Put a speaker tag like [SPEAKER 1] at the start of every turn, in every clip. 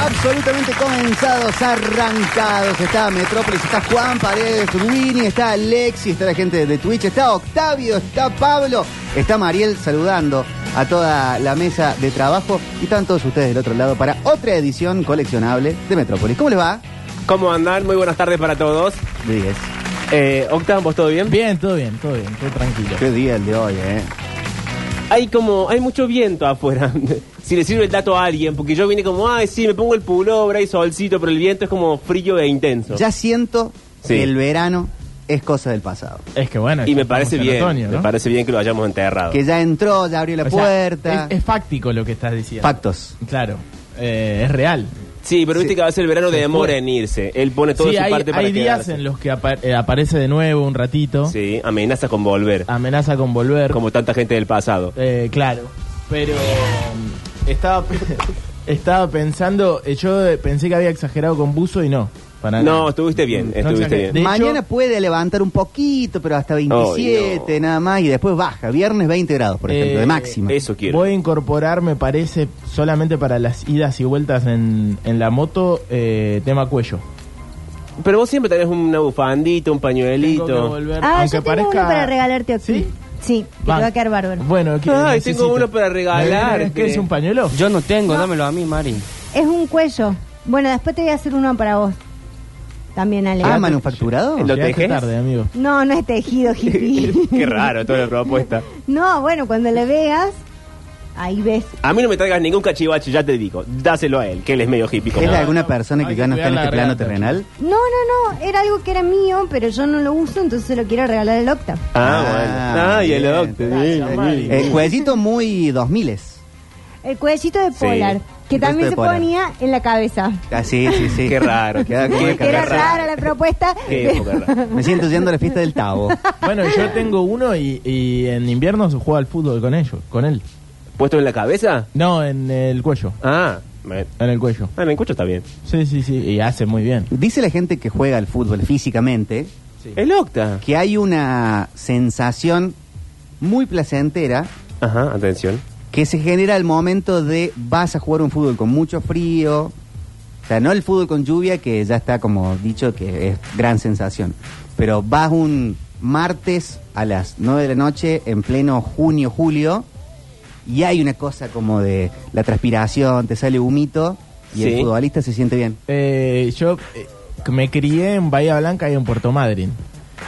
[SPEAKER 1] absolutamente comenzados, arrancados. Está Metrópolis, está Juan Paredes, Winnie, está Alexi, está la gente de Twitch, está Octavio, está Pablo, está Mariel saludando a toda la mesa de trabajo y están todos ustedes del otro lado para otra edición coleccionable de Metrópolis. ¿Cómo les va?
[SPEAKER 2] ¿Cómo andan? Muy buenas tardes para todos.
[SPEAKER 1] De 10.
[SPEAKER 2] Eh, Octavio, ¿vos todo bien?
[SPEAKER 3] Bien, todo bien, todo bien, todo tranquilo.
[SPEAKER 1] Qué día el de hoy, ¿eh?
[SPEAKER 2] Hay como, hay mucho viento afuera. si le sirve el dato a alguien, porque yo vine como, ay, sí, me pongo el pullover, hay solcito, pero el viento es como frío e intenso.
[SPEAKER 1] Ya siento
[SPEAKER 2] Sí.
[SPEAKER 1] que el verano es cosa del pasado.
[SPEAKER 3] Es que bueno.
[SPEAKER 2] y me
[SPEAKER 3] estamos
[SPEAKER 2] parece
[SPEAKER 3] en
[SPEAKER 2] bien,
[SPEAKER 3] otoño, ¿no?
[SPEAKER 2] me parece bien que lo hayamos enterrado.
[SPEAKER 1] Que ya entró, ya abrió la
[SPEAKER 3] O sea,
[SPEAKER 1] puerta.
[SPEAKER 3] es, es fáctico lo que estás diciendo.
[SPEAKER 1] Factos.
[SPEAKER 3] Claro, eh, es real.
[SPEAKER 2] Sí, pero viste
[SPEAKER 1] Sí.
[SPEAKER 2] que a veces el verano
[SPEAKER 3] Se
[SPEAKER 2] demora
[SPEAKER 3] fue.
[SPEAKER 2] en irse. Él pone toda
[SPEAKER 3] sí,
[SPEAKER 2] su
[SPEAKER 3] hay,
[SPEAKER 2] parte para
[SPEAKER 3] hay días
[SPEAKER 2] quedarse.
[SPEAKER 3] en los que apa- eh, aparece de nuevo un ratito,
[SPEAKER 2] Sí, amenaza con volver,
[SPEAKER 3] amenaza con volver.
[SPEAKER 2] como tanta gente del pasado.
[SPEAKER 3] Eh, claro, pero um, estaba, pe- estaba pensando, eh, yo eh, pensé que había exagerado con Buzo y no. Para
[SPEAKER 2] No,
[SPEAKER 3] nada.
[SPEAKER 2] estuviste bien,
[SPEAKER 3] No
[SPEAKER 2] estuviste
[SPEAKER 3] exageré.
[SPEAKER 2] bien.
[SPEAKER 3] De hecho-
[SPEAKER 1] Mañana puede levantar un poquito, pero hasta 27
[SPEAKER 2] Ay, no.
[SPEAKER 1] nada más y después baja. Viernes 20 grados, por ejemplo,
[SPEAKER 3] Eh,
[SPEAKER 1] de máxima.
[SPEAKER 2] Eso quiero.
[SPEAKER 3] Voy a incorporar, me parece, solamente para las idas y vueltas en, en la moto, eh, tema cuello.
[SPEAKER 2] Pero vos siempre tenés una bufandita, un
[SPEAKER 3] Tengo que
[SPEAKER 2] pañuelito.
[SPEAKER 3] volver,
[SPEAKER 4] Ah,
[SPEAKER 3] aunque
[SPEAKER 4] yo tengo uno para regalarte aquí.
[SPEAKER 3] ¿Sí?
[SPEAKER 4] Sí, que te va a quedar bárbaro.
[SPEAKER 3] Bueno, que
[SPEAKER 2] Ay,
[SPEAKER 3] necesito.
[SPEAKER 2] tengo uno para regalarte.
[SPEAKER 3] ¿Me crees que es un pañuelo?
[SPEAKER 5] Yo no tengo, dámelo a mí, Mari.
[SPEAKER 4] Es un cuello. Bueno, después te voy a hacer uno para vos. También, Ale.
[SPEAKER 1] ¿Ah, manufacturado?
[SPEAKER 2] ¿Lo
[SPEAKER 3] Llegaste
[SPEAKER 2] tejés?
[SPEAKER 3] tarde, amigo.
[SPEAKER 4] no, no es tejido, hippie.
[SPEAKER 2] Qué raro toda la propuesta.
[SPEAKER 4] no, bueno, cuando le veas, ahí ves.
[SPEAKER 2] A mí no me traigas ningún cachivache, ya te digo. Dáselo a él, que él es medio hippie. como
[SPEAKER 1] ¿Es de
[SPEAKER 2] vos.
[SPEAKER 1] alguna persona que
[SPEAKER 3] Hay que
[SPEAKER 1] gana en
[SPEAKER 3] cuidar
[SPEAKER 1] este
[SPEAKER 3] la
[SPEAKER 1] plano
[SPEAKER 3] garganta,
[SPEAKER 1] terrenal?
[SPEAKER 4] No, no, no. Era algo que era mío, pero yo no lo uso, entonces se lo quiero regalar al Octa.
[SPEAKER 2] Ah,
[SPEAKER 1] Ah,
[SPEAKER 2] bueno. Ah, y el
[SPEAKER 1] bien.
[SPEAKER 2] octe, bien, bien.
[SPEAKER 1] El cuellito muy 2000
[SPEAKER 4] El cuellito de
[SPEAKER 2] Sí,
[SPEAKER 4] Polar, que
[SPEAKER 1] el cuellito de
[SPEAKER 4] también se
[SPEAKER 1] polar.
[SPEAKER 4] ponía en la cabeza.
[SPEAKER 1] Ah, sí, sí, sí.
[SPEAKER 2] Qué raro.
[SPEAKER 1] Queda como una
[SPEAKER 2] Qué
[SPEAKER 4] Era
[SPEAKER 1] carrera.
[SPEAKER 2] raro.
[SPEAKER 4] rara la propuesta.
[SPEAKER 2] Qué época rara.
[SPEAKER 1] Me siento yendo a la fiesta del Tavo.
[SPEAKER 3] Bueno, yo tengo uno y, y en invierno se juega al fútbol con ellos, con él.
[SPEAKER 2] ¿Puesto en la cabeza?
[SPEAKER 3] No, en el cuello,
[SPEAKER 2] Ah, me-
[SPEAKER 3] en el cuello.
[SPEAKER 2] ah, en el cuello está bien.
[SPEAKER 3] Sí, sí, sí, y hace muy bien.
[SPEAKER 1] Dice la gente que juega al fútbol físicamente
[SPEAKER 2] El octa.
[SPEAKER 1] que hay una sensación muy placentera
[SPEAKER 2] Ajá, atención.
[SPEAKER 1] que se genera al momento de vas a jugar un fútbol con mucho frío. O sea, no el fútbol con lluvia, que ya está como dicho que es gran sensación. Pero vas un martes a las 9 de la noche, en pleno junio, julio, y hay una cosa como de la transpiración, te sale humito, y el
[SPEAKER 2] Sí.
[SPEAKER 1] futbolista se siente bien.
[SPEAKER 3] Eh, yo eh, me crié en Bahía Blanca y en Puerto Madryn.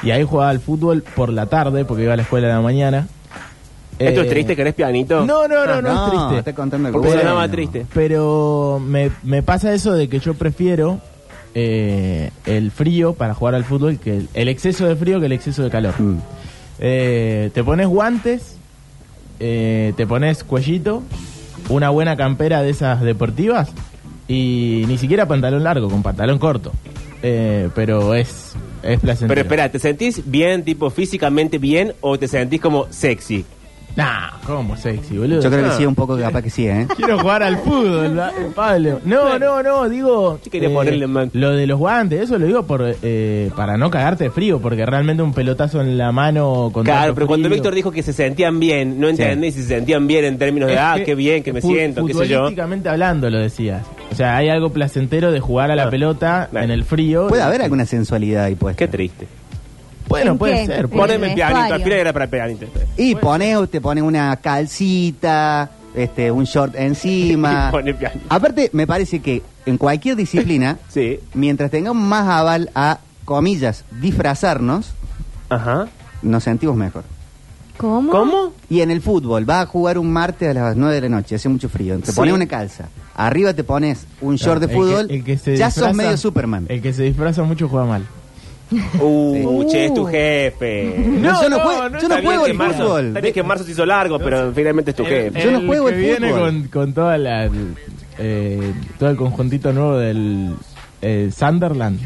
[SPEAKER 3] Y ahí jugaba al fútbol por la tarde, porque iba a la escuela de la mañana.
[SPEAKER 2] ¿Esto es
[SPEAKER 3] Eh,
[SPEAKER 2] triste? ¿Querés pianito?
[SPEAKER 3] No, no, no,
[SPEAKER 2] Ah,
[SPEAKER 3] no, es triste.
[SPEAKER 1] Está contando
[SPEAKER 2] Porque
[SPEAKER 1] bueno.
[SPEAKER 2] sonaba triste.
[SPEAKER 3] Pero me, me pasa eso de que yo prefiero eh, el frío para jugar al fútbol, que el, el exceso de frío que el exceso de calor.
[SPEAKER 1] Mm.
[SPEAKER 3] Eh, te pones guantes, eh, te pones cuellito, una buena campera de esas deportivas y ni siquiera pantalón largo, con pantalón corto. Eh, pero es, es placentero.
[SPEAKER 2] Pero espera, ¿te sentís bien, tipo físicamente bien, o te sentís como sexy?
[SPEAKER 3] Nah, ¿cómo sexy, boludo?
[SPEAKER 1] Yo creo que
[SPEAKER 2] Ah.
[SPEAKER 1] sí, un poco capaz que sí, ¿eh?
[SPEAKER 3] Quiero jugar al fútbol, va- Pablo. No, no, no, digo. eh,
[SPEAKER 2] Sí quería ponerle man-
[SPEAKER 3] Lo de los guantes, eso lo digo por eh, para no cagarte de frío, porque realmente un pelotazo en la mano con
[SPEAKER 2] Claro,
[SPEAKER 3] tanto
[SPEAKER 2] pero cuando
[SPEAKER 3] frío-
[SPEAKER 2] Víctor dijo que se sentían bien, no entendí si se sentían bien en términos de,
[SPEAKER 3] Es
[SPEAKER 2] ah, qué bien que me
[SPEAKER 3] fu-
[SPEAKER 2] siento, qué sé yo.
[SPEAKER 3] Futbolísticamente hablando, lo decías. O sea, hay algo placentero de jugar a la
[SPEAKER 2] Ah.
[SPEAKER 3] pelota
[SPEAKER 2] Bueno.
[SPEAKER 3] en el frío.
[SPEAKER 1] Puede haber alguna sensualidad ahí
[SPEAKER 2] Qué
[SPEAKER 1] puesta.
[SPEAKER 2] triste.
[SPEAKER 3] Bueno,
[SPEAKER 4] ¿En
[SPEAKER 3] puede
[SPEAKER 4] qué?
[SPEAKER 3] ser.
[SPEAKER 4] Por
[SPEAKER 3] puede-
[SPEAKER 4] el
[SPEAKER 2] Poneme el pianito, al
[SPEAKER 4] vestuario.
[SPEAKER 2] final era para el pianito.
[SPEAKER 1] Y pones, te pone una calcita, este, un short encima.
[SPEAKER 2] Y pone pianito.
[SPEAKER 1] Aparte, me parece que en cualquier disciplina,
[SPEAKER 2] Sí.
[SPEAKER 1] mientras tengamos más aval a, comillas, disfrazarnos,
[SPEAKER 2] Ajá.
[SPEAKER 1] nos sentimos mejor.
[SPEAKER 4] ¿Cómo?
[SPEAKER 2] ¿Cómo?
[SPEAKER 1] Y en el fútbol, vas a jugar un martes a las 9 de la noche, hace mucho frío, te
[SPEAKER 2] Sí.
[SPEAKER 1] pones una calza, arriba te pones un short de
[SPEAKER 3] El que-
[SPEAKER 1] fútbol,
[SPEAKER 3] el que se
[SPEAKER 1] ya sos
[SPEAKER 3] disfraza-
[SPEAKER 1] medio Superman.
[SPEAKER 3] El que se disfraza mucho juega mal.
[SPEAKER 2] Uh,
[SPEAKER 4] Sí.
[SPEAKER 2] che, es tu jefe.
[SPEAKER 3] No,
[SPEAKER 1] yo no,
[SPEAKER 3] no,
[SPEAKER 1] jue-
[SPEAKER 3] no
[SPEAKER 1] yo no
[SPEAKER 2] Está bien
[SPEAKER 1] juego
[SPEAKER 2] que
[SPEAKER 1] al
[SPEAKER 2] marzo-
[SPEAKER 1] fútbol.
[SPEAKER 2] Está bien que marzo se hizo largo, pero finalmente
[SPEAKER 1] Eh,
[SPEAKER 2] es tu jefe.
[SPEAKER 1] Yo no juego
[SPEAKER 3] que
[SPEAKER 1] al
[SPEAKER 3] viene
[SPEAKER 1] fútbol.
[SPEAKER 3] Con, con toda la, eh, todo el conjuntito nuevo del eh, Sunderland.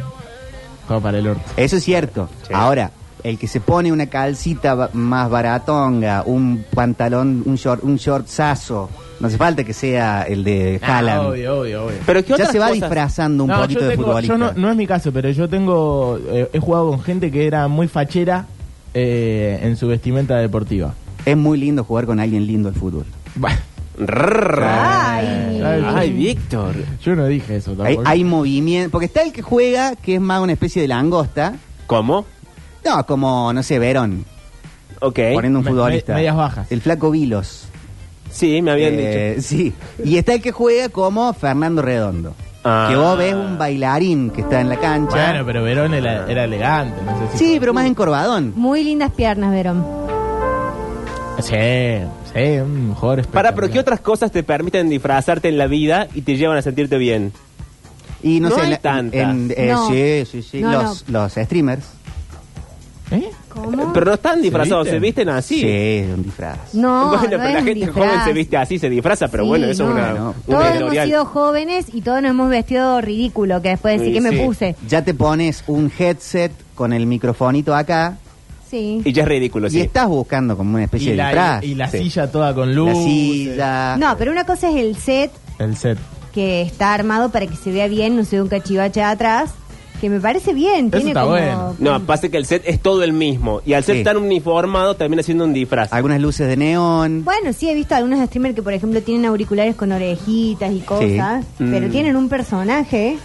[SPEAKER 3] Juega para el orto.
[SPEAKER 1] Eso es cierto.
[SPEAKER 2] Sí.
[SPEAKER 1] Ahora, el que se pone una calcita ba- más baratonga, un pantalón, un short, un shortsazo, no hace falta que sea el de Ah, Haaland.
[SPEAKER 3] Ah, obvio, obvio, obvio.
[SPEAKER 2] Pero ¿qué
[SPEAKER 1] ya
[SPEAKER 2] otras
[SPEAKER 1] se va
[SPEAKER 2] cosas?
[SPEAKER 1] disfrazando un
[SPEAKER 3] No,
[SPEAKER 1] poquito
[SPEAKER 3] yo
[SPEAKER 1] de
[SPEAKER 3] tengo-
[SPEAKER 1] futbolista.
[SPEAKER 3] yo no, no es mi caso, pero yo tengo. eh, he jugado con gente que era muy fachera eh, en su vestimenta deportiva.
[SPEAKER 1] Es muy lindo jugar con alguien lindo al fútbol.
[SPEAKER 3] Bah,
[SPEAKER 4] Ah. Ay.
[SPEAKER 2] Ay, Víctor.
[SPEAKER 3] Yo no dije eso
[SPEAKER 1] Hay,
[SPEAKER 3] tampoco.
[SPEAKER 1] hay movimiento. Porque está el que juega, que es más una especie de langosta.
[SPEAKER 2] ¿Cómo?
[SPEAKER 1] No, como, no sé, Verón,
[SPEAKER 2] Ok.
[SPEAKER 1] poniendo un
[SPEAKER 3] Me-
[SPEAKER 1] futbolista.
[SPEAKER 3] me- medias bajas.
[SPEAKER 1] El flaco Vilos.
[SPEAKER 2] Sí, me habían
[SPEAKER 1] Eh,
[SPEAKER 2] dicho.
[SPEAKER 1] Sí. Y está el que juega como Fernando Redondo.
[SPEAKER 2] Ah.
[SPEAKER 1] Que vos ves un bailarín que está en la cancha.
[SPEAKER 3] Bueno, pero Verón era, era elegante, no sé si.
[SPEAKER 1] sí, pero más encorvadón.
[SPEAKER 4] Muy lindas piernas, Verón.
[SPEAKER 3] Sí, sí, mm, un jugador
[SPEAKER 2] Para, pero ¿qué
[SPEAKER 3] espectacular.
[SPEAKER 2] otras cosas te permiten disfrazarte en la vida y te llevan a sentirte bien?
[SPEAKER 1] Y no,
[SPEAKER 2] No
[SPEAKER 1] sé,
[SPEAKER 2] hay
[SPEAKER 1] la-
[SPEAKER 2] tantas.
[SPEAKER 1] en- eh,
[SPEAKER 4] No.
[SPEAKER 1] Sí, sí, sí.
[SPEAKER 4] No,
[SPEAKER 1] los, los streamers.
[SPEAKER 3] ¿Eh?
[SPEAKER 4] ¿Cómo?
[SPEAKER 2] Pero no están disfrazados,
[SPEAKER 3] visten?
[SPEAKER 2] se visten así.
[SPEAKER 1] Sí, es un disfraz.
[SPEAKER 4] No,
[SPEAKER 2] bueno,
[SPEAKER 4] no
[SPEAKER 2] pero
[SPEAKER 4] es
[SPEAKER 2] la
[SPEAKER 4] un
[SPEAKER 2] gente
[SPEAKER 4] disfraz.
[SPEAKER 2] joven se viste así, se disfraza, pero
[SPEAKER 4] Sí,
[SPEAKER 2] bueno, eso
[SPEAKER 4] no.
[SPEAKER 2] es una,
[SPEAKER 1] No.
[SPEAKER 2] un
[SPEAKER 4] Todos hemos
[SPEAKER 2] editorial.
[SPEAKER 4] sido jóvenes y todos nos hemos vestido ridículo, que después decir
[SPEAKER 2] Sí,
[SPEAKER 4] que me
[SPEAKER 2] sí.
[SPEAKER 4] puse.
[SPEAKER 1] Ya te pones un headset con el microfonito acá
[SPEAKER 4] Sí.
[SPEAKER 2] Y ya es ridículo,
[SPEAKER 1] y
[SPEAKER 2] sí.
[SPEAKER 1] estás buscando como una especie
[SPEAKER 3] Y
[SPEAKER 1] de
[SPEAKER 3] la,
[SPEAKER 1] disfraz.
[SPEAKER 3] y la
[SPEAKER 1] Sí.
[SPEAKER 3] silla toda con luz.
[SPEAKER 1] La silla.
[SPEAKER 4] No, pero una cosa es el set
[SPEAKER 3] El set.
[SPEAKER 4] que está armado para que se vea bien, no se ve un cachivache atrás, que me parece bien.
[SPEAKER 3] Eso
[SPEAKER 4] tiene
[SPEAKER 3] está
[SPEAKER 4] como-
[SPEAKER 3] bueno.
[SPEAKER 2] No, pasa que el set es todo el mismo. Y al ser
[SPEAKER 1] Sí.
[SPEAKER 2] tan uniformado, termina siendo un disfraz.
[SPEAKER 1] Algunas luces de neón.
[SPEAKER 4] Bueno, sí, he visto algunos streamers que, por ejemplo, tienen auriculares con orejitas y cosas, pero
[SPEAKER 2] Mm.
[SPEAKER 4] tienen un personaje.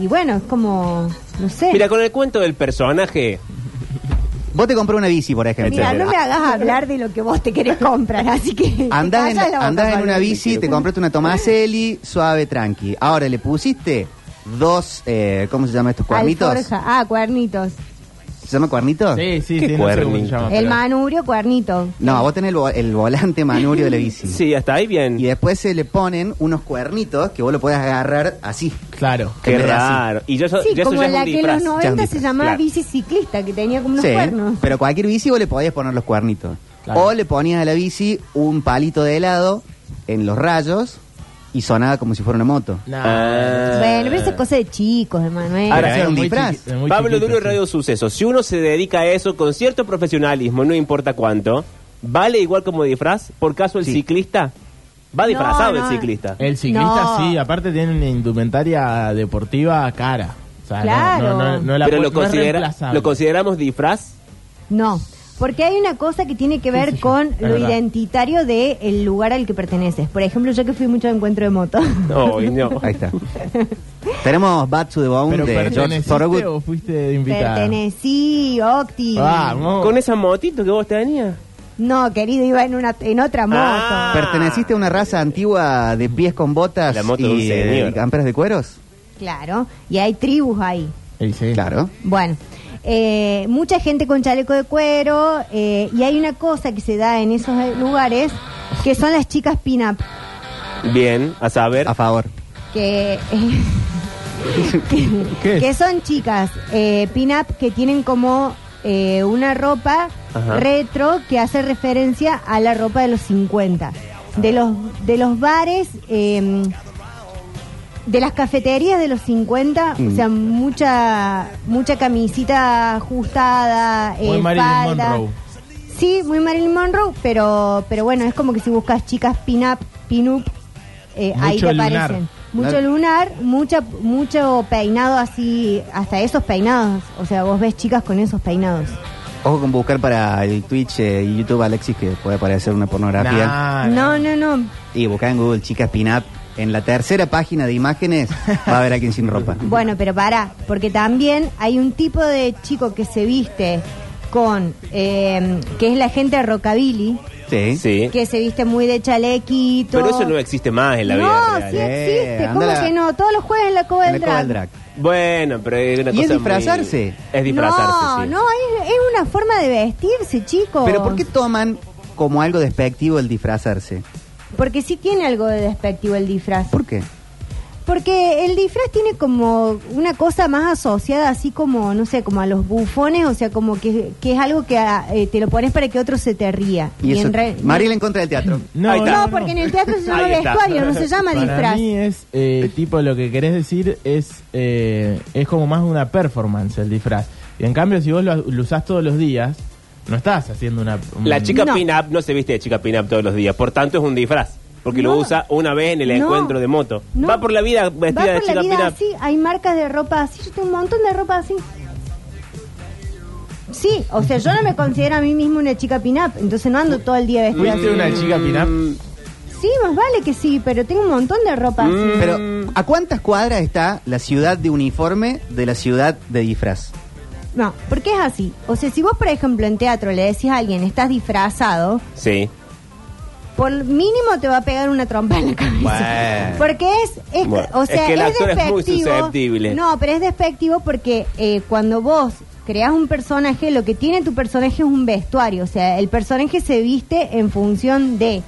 [SPEAKER 4] Y bueno, es como. No sé.
[SPEAKER 2] Mira, con el cuento del personaje,
[SPEAKER 1] Vos te comprás una bici, por ejemplo.
[SPEAKER 4] Mira, no me hagas hablar de lo que vos te querés comprar, así que.
[SPEAKER 1] Andás en,
[SPEAKER 4] te callas la boca,
[SPEAKER 1] andás en
[SPEAKER 4] Pablo.
[SPEAKER 1] una bici, te compraste una Tomaselli, suave, tranqui. Ahora le pusiste dos, eh, ¿cómo se llama estos cuernitos?
[SPEAKER 4] Alforja. Ah, cuernitos.
[SPEAKER 1] ¿Se llama cuernitos?
[SPEAKER 3] Sí, sí,
[SPEAKER 2] Qué
[SPEAKER 3] sí, no sé cómo se
[SPEAKER 2] cuernito.
[SPEAKER 3] llama,
[SPEAKER 4] El
[SPEAKER 3] pero-
[SPEAKER 4] manubrio, cuernito.
[SPEAKER 1] No, vos tenés el, vo- el volante manurio de la bici.
[SPEAKER 2] sí, hasta ahí bien.
[SPEAKER 1] Y después se le ponen unos cuernitos que vos lo podés agarrar así.
[SPEAKER 3] Claro.
[SPEAKER 2] Qué
[SPEAKER 1] en vez de así.
[SPEAKER 2] raro. Y yo, yo-
[SPEAKER 4] Sí,
[SPEAKER 2] yo eso
[SPEAKER 4] como
[SPEAKER 2] ya es
[SPEAKER 4] la
[SPEAKER 2] un
[SPEAKER 4] que en
[SPEAKER 2] disfraz.
[SPEAKER 4] los
[SPEAKER 1] no- Ya es un
[SPEAKER 4] 90 se
[SPEAKER 1] disfraz,
[SPEAKER 4] llamaba
[SPEAKER 2] claro.
[SPEAKER 4] bici ciclista, que tenía como unos cuernos.
[SPEAKER 1] pero cualquier bici vos le podías poner los cuernitos.
[SPEAKER 3] Claro.
[SPEAKER 1] O le ponías a la bici un palito de helado en los rayos y sonaba como si fuera una moto.
[SPEAKER 2] Ah.
[SPEAKER 4] Bueno, pero eso es cosa de chicos, Emanuel.
[SPEAKER 2] Ahora,
[SPEAKER 3] Pero
[SPEAKER 1] era
[SPEAKER 3] es
[SPEAKER 1] un
[SPEAKER 3] muy
[SPEAKER 1] disfraz.
[SPEAKER 3] chiqui- es muy
[SPEAKER 2] Pablo
[SPEAKER 3] chiquito,
[SPEAKER 2] Duro y
[SPEAKER 3] sí.
[SPEAKER 2] Radio Suceso. Si uno se dedica a eso con cierto profesionalismo, no importa cuánto, ¿vale igual como disfraz? ¿Por caso el
[SPEAKER 1] Sí.
[SPEAKER 2] ciclista? Va
[SPEAKER 4] No,
[SPEAKER 2] disfrazado
[SPEAKER 4] no.
[SPEAKER 2] el ciclista.
[SPEAKER 3] El ciclista
[SPEAKER 4] No.
[SPEAKER 3] sí, aparte tiene una indumentaria deportiva cara. O sea, no-
[SPEAKER 4] Claro.
[SPEAKER 3] No, no- no la
[SPEAKER 2] Pero
[SPEAKER 3] pu-
[SPEAKER 2] lo,
[SPEAKER 3] no es
[SPEAKER 2] considera-
[SPEAKER 3] reemplazable.
[SPEAKER 2] lo consideramos disfraz.
[SPEAKER 4] No, porque hay una cosa que tiene que ver
[SPEAKER 3] Sí, sí, sí.
[SPEAKER 4] con
[SPEAKER 3] Es
[SPEAKER 4] lo
[SPEAKER 3] verdad.
[SPEAKER 4] identitario del el lugar al que perteneces. Por ejemplo, yo que fui mucho a encuentro de moto.
[SPEAKER 2] No, y no.
[SPEAKER 1] Ahí está. Tenemos Batsu de Baum
[SPEAKER 3] ¿Pero
[SPEAKER 1] de George
[SPEAKER 3] perteneciste
[SPEAKER 1] Thorogood.
[SPEAKER 3] o fuiste invitado?
[SPEAKER 4] Pertenecí, Octi.
[SPEAKER 1] Ah.
[SPEAKER 3] Vamos.
[SPEAKER 2] Con esa motito que vos tenías.
[SPEAKER 4] No, querido, iba en una en otra moto.
[SPEAKER 2] Ah.
[SPEAKER 1] ¿Perteneciste a una raza antigua de pies con botas
[SPEAKER 2] La moto de un
[SPEAKER 1] y, eh,
[SPEAKER 2] señor.
[SPEAKER 1] y camperas de cueros?
[SPEAKER 4] Claro, y hay tribus ahí.
[SPEAKER 3] Y sí.
[SPEAKER 1] Claro.
[SPEAKER 4] Bueno, eh, mucha gente con chaleco de cuero eh, y hay una cosa que se da en esos eh, lugares que son las chicas pin-up,
[SPEAKER 2] Bien, a saber.
[SPEAKER 1] A favor.
[SPEAKER 4] que,
[SPEAKER 3] ¿Qué es?
[SPEAKER 4] que son chicas eh, pin-up que tienen como eh, una ropa
[SPEAKER 2] Ajá.
[SPEAKER 4] retro que hace referencia a la ropa de los 50, de los, de los bares... eh, de las cafeterías de los 50, o sea, mucha mucha camisita ajustada,
[SPEAKER 3] Muy
[SPEAKER 4] eh,
[SPEAKER 3] Marilyn
[SPEAKER 4] falda.
[SPEAKER 3] Monroe.
[SPEAKER 4] Sí, muy Marilyn Monroe, pero pero bueno, es como que si buscas chicas pin-up, pin-up, eh, ahí
[SPEAKER 3] Mucho
[SPEAKER 4] te
[SPEAKER 3] lunar.
[SPEAKER 4] aparecen. Mucho lunar, mucha mucho peinado así, hasta esos peinados, o sea, vos ves chicas con esos peinados.
[SPEAKER 1] Ojo con buscar para el Twitch eh, y YouTube Alexis que puede parecer una pornografía.
[SPEAKER 3] Nah,
[SPEAKER 4] No, no, no.
[SPEAKER 1] Y buscar en Google chicas pin-up. En la tercera página de imágenes va a haber alguien sin ropa.
[SPEAKER 4] Bueno, pero pará, porque también hay un tipo de chico que se viste con, eh, que es la gente de rockabilly,
[SPEAKER 1] Sí.
[SPEAKER 2] Sí.
[SPEAKER 4] que se viste muy de chalequito.
[SPEAKER 2] Pero eso no existe más en la vida
[SPEAKER 4] No,
[SPEAKER 2] real.
[SPEAKER 4] sí
[SPEAKER 1] Eh,
[SPEAKER 4] existe, ¿cómo
[SPEAKER 1] andala.
[SPEAKER 4] que no? Todos los jueves en la Cova
[SPEAKER 1] En
[SPEAKER 4] del
[SPEAKER 1] la Cova
[SPEAKER 4] Drag.
[SPEAKER 1] del drag.
[SPEAKER 2] Bueno, pero es una
[SPEAKER 1] ¿Y
[SPEAKER 2] cosa
[SPEAKER 1] es disfrazarse?
[SPEAKER 2] muy- Es disfrazarse,
[SPEAKER 4] no,
[SPEAKER 2] sí.
[SPEAKER 4] no, es, es una forma de vestirse, chicos.
[SPEAKER 1] Pero ¿por qué toman como algo despectivo el disfrazarse?
[SPEAKER 4] Porque sí tiene algo de despectivo el disfraz.
[SPEAKER 1] ¿Por qué?
[SPEAKER 4] Porque el disfraz tiene como una cosa más asociada así como, no sé, como a los bufones, o sea, como que, que es algo que ah, eh, te lo pones para que otro se te ría.
[SPEAKER 1] Y eso,
[SPEAKER 4] en re-
[SPEAKER 1] Mariel en contra del teatro.
[SPEAKER 2] Ahí
[SPEAKER 4] no,
[SPEAKER 2] está.
[SPEAKER 4] no, porque en el teatro se llama
[SPEAKER 2] Ahí está.
[SPEAKER 4] vestuario, no se llama
[SPEAKER 3] Para
[SPEAKER 4] disfraz.
[SPEAKER 3] mí es eh, tipo lo que querés decir es eh, es como más una performance el disfraz. Y en cambio si vos lo, lo usás todos los días no estás haciendo una un-
[SPEAKER 2] La chica
[SPEAKER 4] No.
[SPEAKER 2] pin-up no se viste de chica pin-up todos los días. Por tanto, es un disfraz. Porque
[SPEAKER 4] No.
[SPEAKER 2] lo usa una vez en el
[SPEAKER 4] No.
[SPEAKER 2] encuentro de moto.
[SPEAKER 4] No.
[SPEAKER 2] Va por la vida
[SPEAKER 4] Va
[SPEAKER 2] vestida de
[SPEAKER 4] por
[SPEAKER 2] chica
[SPEAKER 4] la vida
[SPEAKER 2] pin-up.
[SPEAKER 4] así, hay marcas de ropa así, yo tengo un montón de ropa así. Sí, o sea, yo no me considero a mí misma una chica pin-up, entonces no ando todo el día vestida
[SPEAKER 3] ¿Fuiste
[SPEAKER 4] así.
[SPEAKER 2] Mm,
[SPEAKER 3] una chica pin-up?
[SPEAKER 4] sí, más vale que sí, pero tengo un montón de ropa así.
[SPEAKER 2] Mm.
[SPEAKER 1] Pero, ¿a cuántas cuadras está la ciudad de uniforme de la ciudad de disfraz?
[SPEAKER 4] No, porque es así. O sea, si vos, por ejemplo, en teatro le decís a alguien, estás disfrazado,
[SPEAKER 2] Sí.
[SPEAKER 4] por mínimo te va a pegar una trompa en la cabeza.
[SPEAKER 1] Bueno.
[SPEAKER 4] Porque es, es-
[SPEAKER 2] Bueno,
[SPEAKER 4] o
[SPEAKER 2] es
[SPEAKER 4] sea,
[SPEAKER 2] que el actor es muy
[SPEAKER 4] despectivo.
[SPEAKER 2] susceptible.
[SPEAKER 4] No, pero es despectivo porque eh, cuando vos creas un personaje, lo que tiene tu personaje es un vestuario. O sea, el personaje se viste en función de.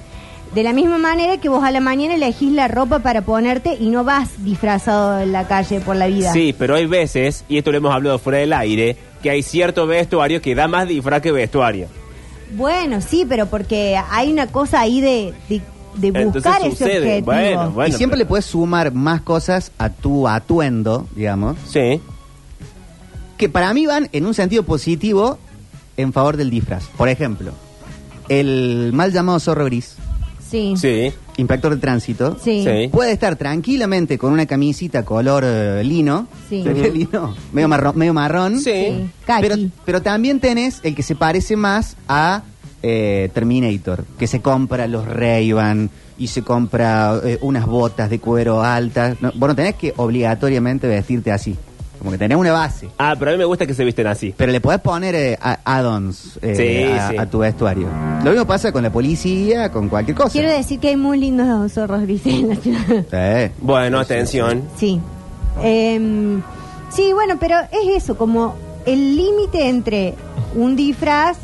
[SPEAKER 4] De la misma manera que vos a la mañana elegís la ropa para ponerte y no vas disfrazado en la calle por la vida.
[SPEAKER 2] Sí, pero hay veces, y esto lo hemos hablado fuera del aire, que hay cierto vestuario que da más disfraz que vestuario.
[SPEAKER 4] Bueno, sí, pero porque hay una cosa ahí de, de, de
[SPEAKER 2] Entonces
[SPEAKER 4] buscar ese
[SPEAKER 2] sucede.
[SPEAKER 4] objetivo.
[SPEAKER 2] Bueno, bueno.
[SPEAKER 1] y siempre le
[SPEAKER 2] pero-
[SPEAKER 1] puedes sumar más cosas a tu atuendo, digamos,
[SPEAKER 2] Sí.
[SPEAKER 1] que para mí van en un sentido positivo en favor del disfraz. Por ejemplo, el mal llamado zorro gris,
[SPEAKER 4] Sí. Sí.
[SPEAKER 2] Sí.
[SPEAKER 1] inspector de tránsito,
[SPEAKER 2] Sí.
[SPEAKER 1] puede estar tranquilamente con una camisita color eh, lino,
[SPEAKER 4] Sí.
[SPEAKER 1] ¿Se ve lino? Medio marrón, medio marrón
[SPEAKER 2] Sí.
[SPEAKER 4] Kaki.
[SPEAKER 1] Pero, pero también tenés el que se parece más a eh, Terminator, que se compra los Ray-Ban y se compra eh, unas botas de cuero altas. No, vos no tenés que obligatoriamente vestirte así. Como que tenés una base.
[SPEAKER 2] Ah, pero a mí me gusta que se visten así.
[SPEAKER 1] Pero le podés poner eh, a- add-ons eh,
[SPEAKER 2] Sí,
[SPEAKER 1] a,
[SPEAKER 2] sí.
[SPEAKER 1] a tu vestuario. Lo mismo pasa con la policía, con cualquier cosa.
[SPEAKER 4] Quiero decir que hay muy lindos zorros grises en la ciudad.
[SPEAKER 1] Sí.
[SPEAKER 2] Bueno, atención.
[SPEAKER 4] Sí. Em, sí, bueno, pero es eso, como el límite entre un disfraz.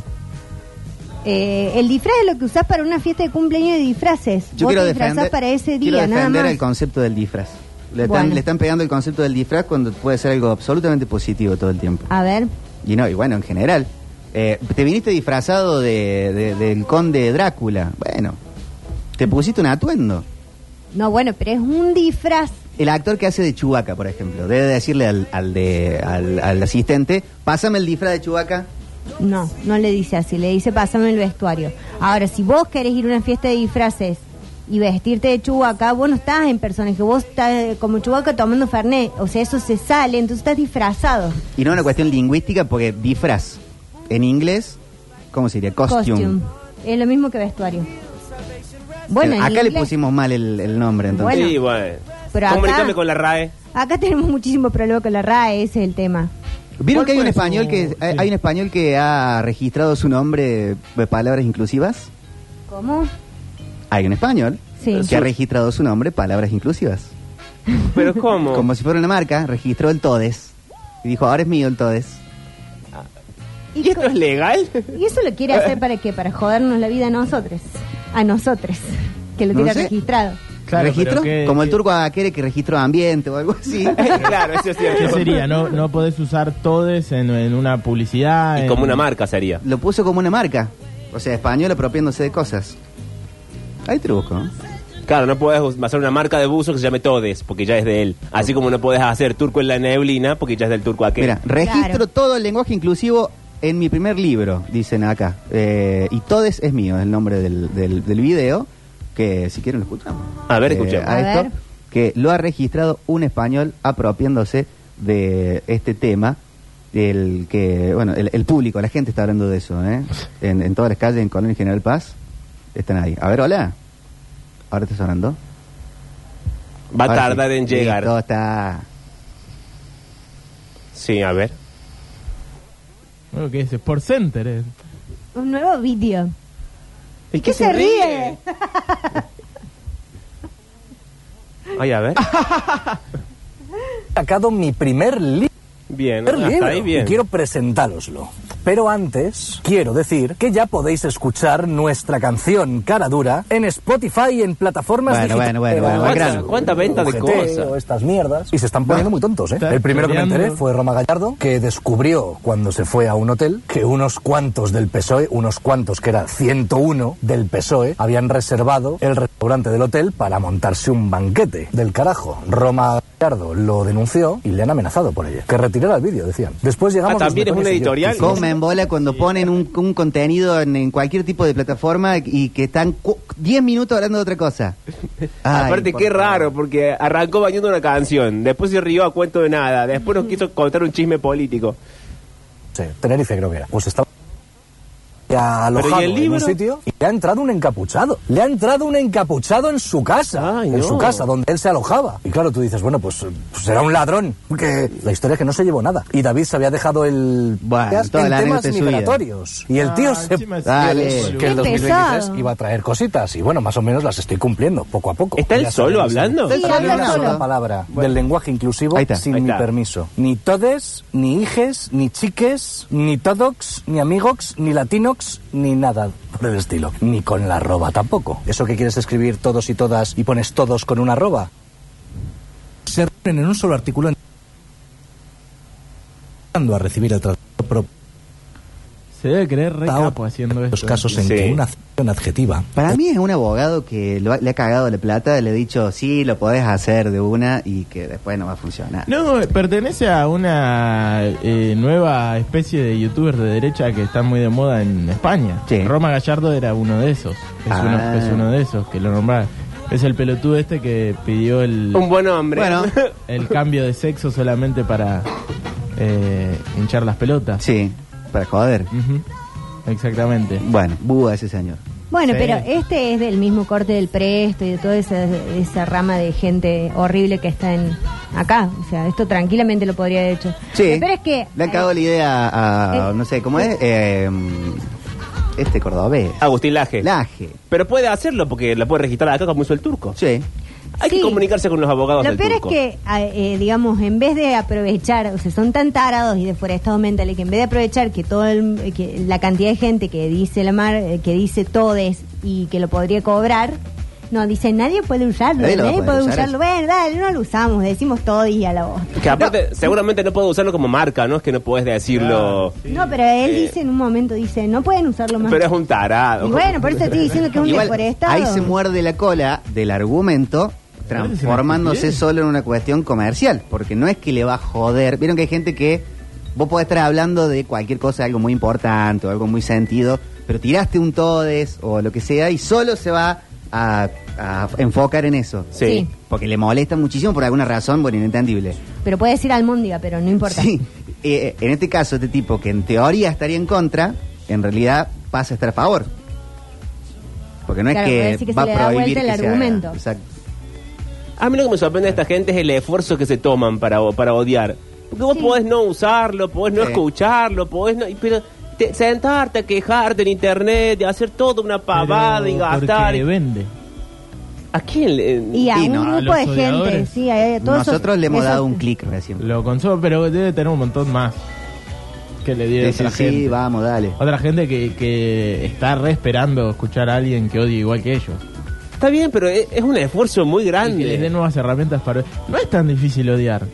[SPEAKER 4] eh, el disfraz es lo que usás para una fiesta de cumpleaños de disfraces.
[SPEAKER 1] Yo
[SPEAKER 4] Vos
[SPEAKER 1] quiero
[SPEAKER 4] te disfrazás
[SPEAKER 1] defender,
[SPEAKER 4] para ese
[SPEAKER 1] quiero
[SPEAKER 4] día, nada
[SPEAKER 1] defender
[SPEAKER 4] más.
[SPEAKER 1] el concepto del disfraz. Le están,
[SPEAKER 4] Bueno.
[SPEAKER 1] le están pegando el concepto del disfraz cuando puede ser algo absolutamente positivo todo el tiempo.
[SPEAKER 4] A ver.
[SPEAKER 1] Y no, y bueno, en general. Eh, te viniste disfrazado de, de- del conde Drácula. Bueno, te pusiste un atuendo.
[SPEAKER 4] No, bueno, pero es un disfraz.
[SPEAKER 1] El actor que hace de Chubaca, por ejemplo, debe decirle al, al de, al, al asistente, pásame el disfraz de Chubaca.
[SPEAKER 4] No, no le dice así, le dice pásame el vestuario. Ahora, si vos querés ir a una fiesta de disfraces y vestirte de chubaca, vos no estás en personaje, vos estás eh, como chubaca tomando fernet, o sea, eso se sale, entonces estás disfrazado.
[SPEAKER 1] Y no una cuestión lingüística, porque disfraz, en inglés, ¿cómo sería? Costume. Eh,
[SPEAKER 4] Es lo mismo que vestuario. Bueno, en
[SPEAKER 1] Acá le
[SPEAKER 4] inglés-
[SPEAKER 1] pusimos mal el, el nombre, entonces.
[SPEAKER 4] Bueno.
[SPEAKER 2] Sí, bueno.
[SPEAKER 4] Pero acá-
[SPEAKER 2] Comunicame con la RAE.
[SPEAKER 4] Acá tenemos muchísimos problemas con la RAE, ese es el tema.
[SPEAKER 1] ¿Vieron
[SPEAKER 3] ¿Cuál
[SPEAKER 1] que hay un
[SPEAKER 3] fue su-
[SPEAKER 1] español que eh,
[SPEAKER 3] sí.
[SPEAKER 1] hay hay un español que ha registrado su nombre de palabras inclusivas?
[SPEAKER 4] ¿Cómo?
[SPEAKER 1] Hay un español
[SPEAKER 4] Sí.
[SPEAKER 1] que ha registrado su nombre palabras inclusivas.
[SPEAKER 2] Pero ¿cómo?
[SPEAKER 1] Como si fuera una marca, registró el Todes y dijo, ahora es mío el Todes.
[SPEAKER 2] ¿Y esto
[SPEAKER 4] co-
[SPEAKER 2] es legal?
[SPEAKER 4] ¿Y eso lo quiere hacer para qué? Para jodernos la vida a nosotros. A nosotros. Que lo
[SPEAKER 1] No
[SPEAKER 4] tiene
[SPEAKER 1] sé.
[SPEAKER 4] registrado.
[SPEAKER 3] Claro,
[SPEAKER 1] ¿Registro?
[SPEAKER 3] pero qué-
[SPEAKER 1] Como el
[SPEAKER 3] qué-
[SPEAKER 1] turco "Ah, quiere que registró ambiente o algo así.
[SPEAKER 2] claro, eso es
[SPEAKER 3] ¿Qué
[SPEAKER 2] cierto.
[SPEAKER 3] sería? ¿No, no podés usar todes en, en una publicidad?
[SPEAKER 2] Y
[SPEAKER 3] en-
[SPEAKER 2] como una marca sería.
[SPEAKER 1] Lo puso como una marca. O sea, español apropiándose de cosas. Hay truco. ¿no?
[SPEAKER 2] Claro, no puedes us- hacer una marca de buzo que se llame Todes, porque ya es de él. Así como no puedes hacer turco en la neblina, porque ya es del turco aquel.
[SPEAKER 1] Mira, registro
[SPEAKER 4] Claro.
[SPEAKER 1] todo el lenguaje inclusivo en mi primer libro, dicen acá. Eh, y Todes es mío, es el nombre del, del- del video, que si quieren lo escuchamos.
[SPEAKER 2] A ver,
[SPEAKER 1] Eh,
[SPEAKER 2] escuchemos.
[SPEAKER 1] a
[SPEAKER 4] A
[SPEAKER 1] esto,
[SPEAKER 4] ver.
[SPEAKER 1] que lo ha registrado un español apropiándose de este tema. El que, bueno, el, el público, la gente está hablando de eso, ¿eh? En, en todas las calles, en Colonia y General Paz, están ahí. A ver, hola. Ahora está sonando.
[SPEAKER 2] Va a
[SPEAKER 1] Ahora sí.
[SPEAKER 2] tardar en llegar.
[SPEAKER 1] Listo, está.
[SPEAKER 2] Sí, a ver.
[SPEAKER 3] Bueno, ¿Qué es? Sport Center. eh. es.
[SPEAKER 4] Un nuevo vídeo.
[SPEAKER 2] ¿Y
[SPEAKER 4] ¿Qué se ríe?
[SPEAKER 2] Ay, a ver.
[SPEAKER 6] sacado mi primer li-
[SPEAKER 2] Bien,
[SPEAKER 6] primer
[SPEAKER 2] hasta
[SPEAKER 6] libro
[SPEAKER 2] ahí bien.
[SPEAKER 6] y quiero presentároslo. Pero antes, quiero decir que ya podéis escuchar nuestra canción Cara Dura en Spotify y en plataformas
[SPEAKER 1] Bueno, bueno,
[SPEAKER 6] digitales.
[SPEAKER 1] bueno,
[SPEAKER 6] Pero-
[SPEAKER 1] bueno,
[SPEAKER 2] ¿Cuánta- grano. cuánta venta de
[SPEAKER 6] Ujete
[SPEAKER 2] cosas?
[SPEAKER 6] o Estas mierdas. Y se están poniendo muy tontos, ¿eh?
[SPEAKER 3] Está
[SPEAKER 6] El primero que me
[SPEAKER 3] peleando.
[SPEAKER 6] enteré fue Roma Gallardo, que descubrió cuando se fue a un hotel que unos cuantos del PSOE, E, unos cuantos que era 101 del PSOE, E, habían reservado el restaurante del hotel para montarse un banquete del carajo. Roma Gallardo lo denunció y le han amenazado por ello. Que retirara el vídeo, decían. Después llegamos...
[SPEAKER 2] Ah,
[SPEAKER 6] los
[SPEAKER 2] también es
[SPEAKER 6] metones
[SPEAKER 2] una
[SPEAKER 6] y yo.
[SPEAKER 2] editorial.
[SPEAKER 1] Cómo me embola cuando ponen un, un contenido en, en cualquier tipo de plataforma y que están cu- 10 minutos hablando de otra cosa. Ay,
[SPEAKER 2] Aparte,
[SPEAKER 1] por
[SPEAKER 2] qué
[SPEAKER 1] favor.
[SPEAKER 2] raro, porque arrancó bañando una canción, después se rió a cuento de nada, después nos quiso contar un chisme político.
[SPEAKER 6] Sí, Tenerife creo que era. Pues estaba ha alojado
[SPEAKER 2] el
[SPEAKER 6] en
[SPEAKER 2] libro?
[SPEAKER 6] un sitio y le ha entrado un encapuchado. Le ha entrado un encapuchado en su casa,
[SPEAKER 2] Ay,
[SPEAKER 6] en
[SPEAKER 2] no.
[SPEAKER 6] su casa donde él se alojaba. Y claro, tú dices, bueno, pues eh, será un ladrón. Que la historia es que no se llevó nada. Y David se había dejado el
[SPEAKER 1] Bueno,
[SPEAKER 6] en
[SPEAKER 1] toda la
[SPEAKER 6] temas
[SPEAKER 1] anécdota de su vida.
[SPEAKER 6] migratorios. Y el tío
[SPEAKER 3] Ah,
[SPEAKER 6] se
[SPEAKER 3] encima es-
[SPEAKER 1] Dale.
[SPEAKER 6] que el
[SPEAKER 4] Qué
[SPEAKER 6] 2023
[SPEAKER 4] pesado.
[SPEAKER 6] iba a traer cositas y bueno, más o menos las estoy cumpliendo poco a poco.
[SPEAKER 2] ¿Está él
[SPEAKER 6] Ya
[SPEAKER 2] solo
[SPEAKER 6] sabéis.
[SPEAKER 2] hablando?
[SPEAKER 4] Sí, habla
[SPEAKER 6] Una
[SPEAKER 4] solo.
[SPEAKER 6] sola palabra del lenguaje inclusivo
[SPEAKER 1] Ahí está,
[SPEAKER 6] sin
[SPEAKER 2] ahí
[SPEAKER 6] mi
[SPEAKER 2] está.
[SPEAKER 6] permiso. Ni todes, ni hijes, ni chiques, ni todox, ni amigox, ni latinox, ni nada por el estilo. Ni con la arroba tampoco. Eso que quieres escribir todos y todas y pones todos con una arroba. Se reúnen en un solo artículo en- a recibir el tratamiento propio
[SPEAKER 3] Se debe creer re
[SPEAKER 6] Ahora,
[SPEAKER 3] capo haciendo esto.
[SPEAKER 6] los casos en
[SPEAKER 2] Sí.
[SPEAKER 6] que una acción adjetiva
[SPEAKER 1] Para mí es un abogado que lo ha- le ha cagado la plata, le ha dicho, sí, lo podés hacer de una y que después no va a funcionar.
[SPEAKER 3] No, eh, pertenece a una eh, nueva especie de youtubers de derecha que está muy de moda en España.
[SPEAKER 1] Sí.
[SPEAKER 3] Roma Gallardo era uno de esos. Es,
[SPEAKER 1] Ah.
[SPEAKER 3] uno, es uno de esos que lo nombraron. Es el pelotudo este que pidió el,
[SPEAKER 2] Un buen hombre.
[SPEAKER 1] Bueno.
[SPEAKER 3] el cambio de sexo solamente para eh, hinchar las pelotas.
[SPEAKER 1] Sí, para joder.
[SPEAKER 3] Ujú. Exactamente.
[SPEAKER 1] Bueno, búa ese señor.
[SPEAKER 4] Bueno,
[SPEAKER 3] Sí.
[SPEAKER 4] pero este es del mismo corte del presto y de toda esa, esa rama de gente horrible que está en acá. O sea, esto tranquilamente lo podría haber hecho.
[SPEAKER 1] Sí.
[SPEAKER 4] Pero es que.
[SPEAKER 1] Le han cagado la idea a, a- no sé, ¿cómo es? Eh, este cordobés.
[SPEAKER 2] Agustín Laje.
[SPEAKER 1] Laje.
[SPEAKER 2] Pero puede hacerlo porque la puede registrar acá como hizo el turco.
[SPEAKER 1] Sí.
[SPEAKER 2] Hay
[SPEAKER 4] Sí.
[SPEAKER 2] que comunicarse con los abogados
[SPEAKER 4] Lo
[SPEAKER 2] del
[SPEAKER 4] peor es
[SPEAKER 2] turco.
[SPEAKER 4] que, a- eh, digamos, en vez de aprovechar, o sea, son tan tarados y deforestados mentales que en vez de aprovechar que todo el- que la cantidad de gente que dice la mar, eh, que dice todes y que lo podría cobrar, no, dice nadie puede usarlo,
[SPEAKER 1] Nadie
[SPEAKER 4] nadie,
[SPEAKER 1] lo va a poder
[SPEAKER 4] puede
[SPEAKER 1] usar
[SPEAKER 4] usarlo. Bueno, dale, no lo usamos, decimos todes y a la voz.
[SPEAKER 2] Que aparte, seguramente no puedo usarlo como marca, ¿no? Es que no puedes decirlo.
[SPEAKER 4] No, pero él
[SPEAKER 2] Eh.
[SPEAKER 4] dice en un momento, dice, no pueden usarlo más.
[SPEAKER 2] Pero es un tarado.
[SPEAKER 4] Y bueno, por eso estoy diciendo que es un
[SPEAKER 1] Igual,
[SPEAKER 4] deforestado.
[SPEAKER 1] ahí se muerde la cola del argumento transformándose solo en una cuestión comercial, porque no es que le va a joder. Vieron que hay gente que vos podés estar hablando de cualquier cosa, algo muy importante o algo muy sentido, pero tiraste un todes o lo que sea y solo se va a, a enfocar en eso.
[SPEAKER 2] Sí.
[SPEAKER 4] Sí.
[SPEAKER 1] Porque le molesta muchísimo por alguna razón, bueno, inentendible.
[SPEAKER 4] Pero puede decir almóndiga, pero no importa.
[SPEAKER 1] Sí, eh, en este caso, este tipo que en teoría estaría en contra, en realidad pasa a estar a favor. Porque no
[SPEAKER 4] Claro, puede
[SPEAKER 1] es
[SPEAKER 4] decir
[SPEAKER 1] que,
[SPEAKER 4] que se
[SPEAKER 1] va
[SPEAKER 4] le
[SPEAKER 1] a
[SPEAKER 4] da
[SPEAKER 1] prohibir
[SPEAKER 4] vuelta
[SPEAKER 1] que
[SPEAKER 4] el
[SPEAKER 1] se haga.
[SPEAKER 4] argumento.
[SPEAKER 1] Exacto.
[SPEAKER 2] A mí lo que me sorprende de esta gente es el esfuerzo que se toman para, para odiar. Porque vos
[SPEAKER 4] Sí.
[SPEAKER 2] podés no usarlo, podés no
[SPEAKER 1] Sí.
[SPEAKER 2] escucharlo, podés no. y- Pero te- sentarte a quejarte en internet, de hacer toda una pavada y
[SPEAKER 3] Pero
[SPEAKER 2] gastar.
[SPEAKER 3] porque vende.
[SPEAKER 2] ¿A quién le.?
[SPEAKER 4] Y a
[SPEAKER 1] Y
[SPEAKER 4] un
[SPEAKER 1] no, a
[SPEAKER 4] grupo
[SPEAKER 3] los
[SPEAKER 4] de gente,
[SPEAKER 3] odiadores.
[SPEAKER 4] sí, a- a todos esos-
[SPEAKER 1] Nosotros le hemos
[SPEAKER 4] esos-
[SPEAKER 1] dado un clic recién.
[SPEAKER 3] Lo consumo, pero debe tener un montón más que le dieron
[SPEAKER 1] Sí, sí,
[SPEAKER 3] otra
[SPEAKER 1] sí,
[SPEAKER 3] gente.
[SPEAKER 1] vamos, dale.
[SPEAKER 3] Otra gente que, que está re esperando escuchar a alguien que odie igual que ellos.
[SPEAKER 2] Está bien, pero es, es un esfuerzo muy
[SPEAKER 3] Y que les dé
[SPEAKER 2] grande.
[SPEAKER 3] nuevas herramientas para... No es tan difícil odiar.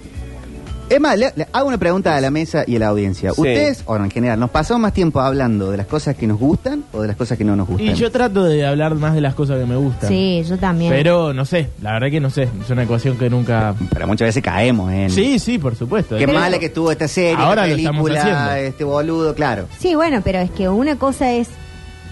[SPEAKER 1] Es más, le, le hago una pregunta a la mesa y a la audiencia.
[SPEAKER 2] Sí.
[SPEAKER 1] Ustedes, o en general, ¿nos pasamos más tiempo hablando de las cosas que nos gustan o de las cosas que no nos gustan?
[SPEAKER 3] Y yo trato de hablar más de las cosas que me gustan.
[SPEAKER 4] Sí, yo también.
[SPEAKER 3] Pero no sé, la verdad que no sé. Es una ecuación que nunca...
[SPEAKER 1] Pero muchas veces caemos en...
[SPEAKER 3] Sí, sí, por supuesto.
[SPEAKER 1] Qué
[SPEAKER 3] Pero-
[SPEAKER 1] mala que estuvo esta serie,
[SPEAKER 3] Ahora lo
[SPEAKER 1] esta
[SPEAKER 3] estamos haciendo.
[SPEAKER 1] película, este boludo, claro.
[SPEAKER 4] Sí, bueno, pero es que una cosa es.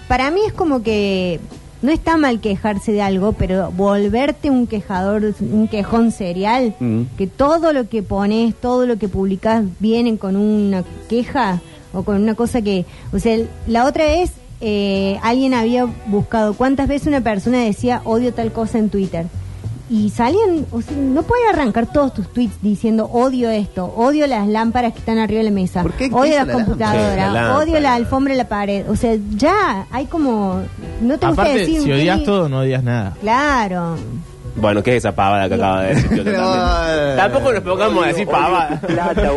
[SPEAKER 4] Para mí es como que. No está mal quejarse de algo, pero volverte un quejador, un quejón serial,
[SPEAKER 1] Mm.
[SPEAKER 4] que todo lo que pones, todo lo que publicás vienen con una queja o con una cosa que. O sea, la otra vez eh, alguien había buscado cuántas veces una persona decía odio tal cosa en Twitter. Y salían, o sea, no pueden arrancar todos tus tweets diciendo odio esto, odio las lámparas que están arriba de la mesa,
[SPEAKER 1] ¿Por qué? ¿Qué
[SPEAKER 4] odio
[SPEAKER 1] hizo
[SPEAKER 4] las
[SPEAKER 1] la
[SPEAKER 4] computadoras,
[SPEAKER 2] lámpara? Sí, la
[SPEAKER 4] odio la
[SPEAKER 2] lámpara.
[SPEAKER 4] alfombra y la pared. O sea, ya hay como. No te gusta
[SPEAKER 3] Aparte,
[SPEAKER 4] decir.
[SPEAKER 3] si
[SPEAKER 4] un
[SPEAKER 3] odias
[SPEAKER 4] tweet.
[SPEAKER 3] todo, no odias nada.
[SPEAKER 4] Claro.
[SPEAKER 2] Bueno, ¿qué es esa pavada que acaba de decir? yo
[SPEAKER 1] No, eh,
[SPEAKER 2] totalmente? Tampoco nos pongamos a decir pavada.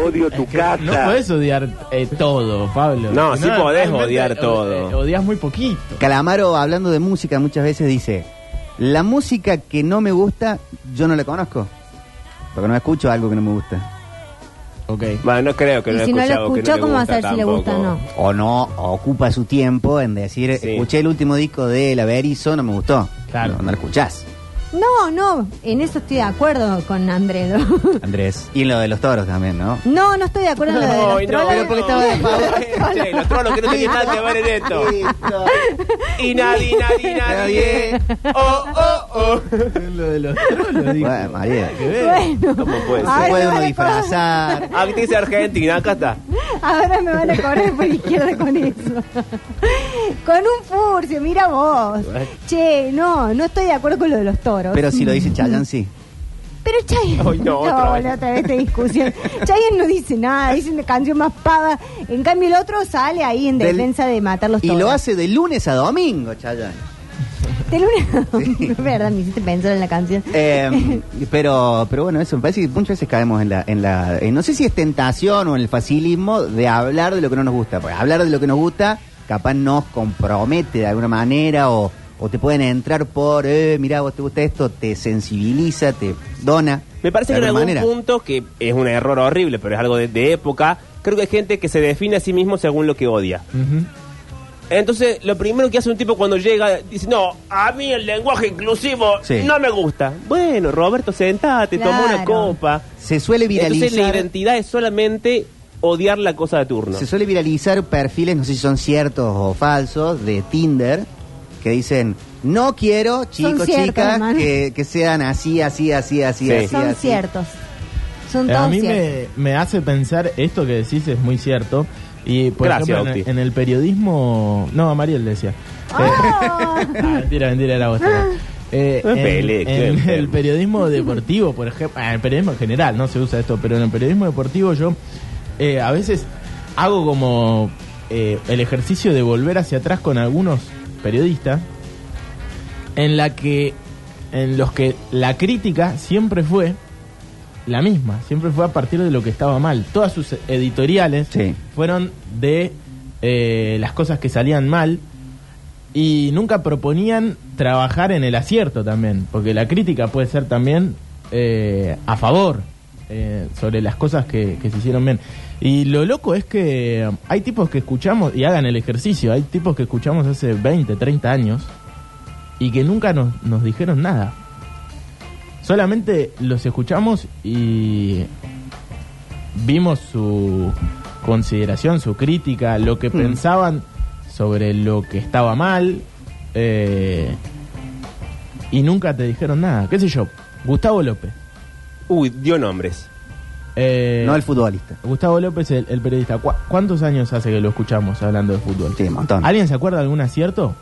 [SPEAKER 3] No podés odiar eh, todo, Pablo.
[SPEAKER 2] No,
[SPEAKER 3] Si
[SPEAKER 2] sí podés
[SPEAKER 3] realmente
[SPEAKER 2] odiar
[SPEAKER 3] od-
[SPEAKER 2] todo.
[SPEAKER 3] eh, odias muy poquito.
[SPEAKER 1] Calamaro, hablando de música, muchas veces dice: La música que no me gusta, yo no la conozco. Porque no escucho algo que no me gusta.
[SPEAKER 3] Ok.
[SPEAKER 2] Bueno, no creo que
[SPEAKER 4] Y
[SPEAKER 2] no
[SPEAKER 4] si no lo
[SPEAKER 2] escuchado, que
[SPEAKER 4] escuchó,
[SPEAKER 2] le
[SPEAKER 4] ¿cómo va a
[SPEAKER 2] gusta
[SPEAKER 4] saber si le gusta o
[SPEAKER 2] tampoco.
[SPEAKER 4] no?
[SPEAKER 1] O no, o ocupa su tiempo en decir:
[SPEAKER 2] Sí.
[SPEAKER 1] Escuché el último disco de La Berizo, no me gustó.
[SPEAKER 3] Claro.
[SPEAKER 1] No, no lo escuchás.
[SPEAKER 4] No, no, en eso estoy de acuerdo con Andredo.
[SPEAKER 1] Andrés. Y en lo de los toros también, ¿no?
[SPEAKER 4] no, no estoy de acuerdo en lo de los
[SPEAKER 2] Ay,
[SPEAKER 4] trolos.
[SPEAKER 1] pero porque estaba de favor.
[SPEAKER 2] eh. Che, los trolos que no tienen nada que ver en esto.
[SPEAKER 1] Listo.
[SPEAKER 2] Y nadie, nadie, nadie. Oh, oh, oh.
[SPEAKER 3] Lo de los trolos, digo.
[SPEAKER 1] Bueno, María.
[SPEAKER 3] Que ve.
[SPEAKER 4] Bueno,
[SPEAKER 2] ¿Cómo puede ser? Ah,
[SPEAKER 4] Ahora
[SPEAKER 1] Se puede
[SPEAKER 4] me
[SPEAKER 1] uno
[SPEAKER 4] van a
[SPEAKER 1] disfrazar.
[SPEAKER 2] Actriz argentina, acá está.
[SPEAKER 4] cobrar- Ahora me van a correr por izquierda con eso. con un furcio, mira vos. Che, no, no estoy de acuerdo con lo de los toros.
[SPEAKER 1] Pero si lo dice Chayanne, sí.
[SPEAKER 4] Pero Chayanne.
[SPEAKER 2] Ay, no, otra vez.
[SPEAKER 4] la otra vez esta discusión. Chayanne no dice nada, dice una canción más pava. En cambio, el otro sale ahí en
[SPEAKER 1] Del-
[SPEAKER 4] defensa de matar los
[SPEAKER 1] Y
[SPEAKER 4] toros.
[SPEAKER 1] lo hace de lunes a domingo, Chayanne.
[SPEAKER 4] Te lunes. Es verdad, me hiciste pensar en la canción.
[SPEAKER 1] Eh, pero, pero bueno, eso me parece que muchas veces caemos en la, en la, en- no sé si es tentación o en el facilismo de hablar de lo que no nos gusta. Porque hablar de lo que nos gusta, capaz nos compromete de alguna manera o, o te pueden entrar por, eh, mira, vos te gusta esto, te sensibiliza, te dona.
[SPEAKER 2] Me parece
[SPEAKER 1] de
[SPEAKER 2] que en algún
[SPEAKER 1] alguna manera.
[SPEAKER 2] punto, que es un error horrible, pero es algo de, de época, creo que hay gente que se define a sí mismo según lo que odia.
[SPEAKER 3] Ujú.
[SPEAKER 2] Entonces, lo primero que hace un tipo cuando llega, dice, no, a mí el lenguaje inclusivo
[SPEAKER 1] Sí.
[SPEAKER 2] no me gusta. Bueno, Roberto, sentate, toma una
[SPEAKER 4] Claro.
[SPEAKER 2] copa.
[SPEAKER 1] Se suele
[SPEAKER 2] Entonces, la
[SPEAKER 1] viralizar.
[SPEAKER 2] identidad es solamente odiar la cosa de turno.
[SPEAKER 1] Se suele viralizar perfiles, no sé si son ciertos o falsos, de Tinder, que dicen, no quiero chicos,
[SPEAKER 4] ciertos,
[SPEAKER 1] chicas,
[SPEAKER 4] hermano.
[SPEAKER 1] que, que sean así, así, así, así,
[SPEAKER 2] Sí.
[SPEAKER 1] así.
[SPEAKER 4] Son
[SPEAKER 1] así".
[SPEAKER 4] ciertos. Son
[SPEAKER 3] Eh,
[SPEAKER 4] todos
[SPEAKER 3] A mí
[SPEAKER 4] ciertos.
[SPEAKER 3] me, me hace pensar esto que decís es muy cierto. Y por
[SPEAKER 2] Gracias,
[SPEAKER 3] ejemplo, en,
[SPEAKER 2] Octi.
[SPEAKER 3] en el periodismo. No, a Mariel decía.
[SPEAKER 4] Ah.
[SPEAKER 3] Ah, mentira, mentira, era vos. Tamara. Eh,
[SPEAKER 2] Me peleé,
[SPEAKER 3] en,
[SPEAKER 2] qué
[SPEAKER 3] en el
[SPEAKER 2] enfermo.
[SPEAKER 3] periodismo deportivo, por ejemplo, ah, en el periodismo en general no se usa esto, pero en el periodismo deportivo yo eh, a veces hago como eh, el ejercicio de volver hacia atrás con algunos periodistas en la que en los que la crítica siempre fue la misma, siempre fue a partir de lo que estaba mal. Todas sus editoriales
[SPEAKER 1] Sí.
[SPEAKER 3] fueron de eh, las cosas que salían mal y nunca proponían trabajar en el acierto también, porque la crítica puede ser también eh, a favor eh, sobre las cosas que, que se hicieron bien. Y lo loco es que um, hay tipos que escuchamos, y hagan el ejercicio, hay tipos que escuchamos hace 20, 30 años y que nunca nos, nos dijeron nada. Solamente los escuchamos y vimos su consideración, su crítica, lo
[SPEAKER 1] Mm.
[SPEAKER 3] que pensaban sobre lo que estaba mal. eh, y nunca te dijeron nada. ¿Qué sé yo? Gustavo López.
[SPEAKER 2] Uy, dio nombres.
[SPEAKER 3] eh,
[SPEAKER 1] No el futbolista.
[SPEAKER 3] Gustavo López, el, el periodista. ¿Cu- ¿Cuántos años hace que lo escuchamos hablando de fútbol?
[SPEAKER 1] Sí, un montón.
[SPEAKER 3] ¿Alguien se acuerda de algún acierto?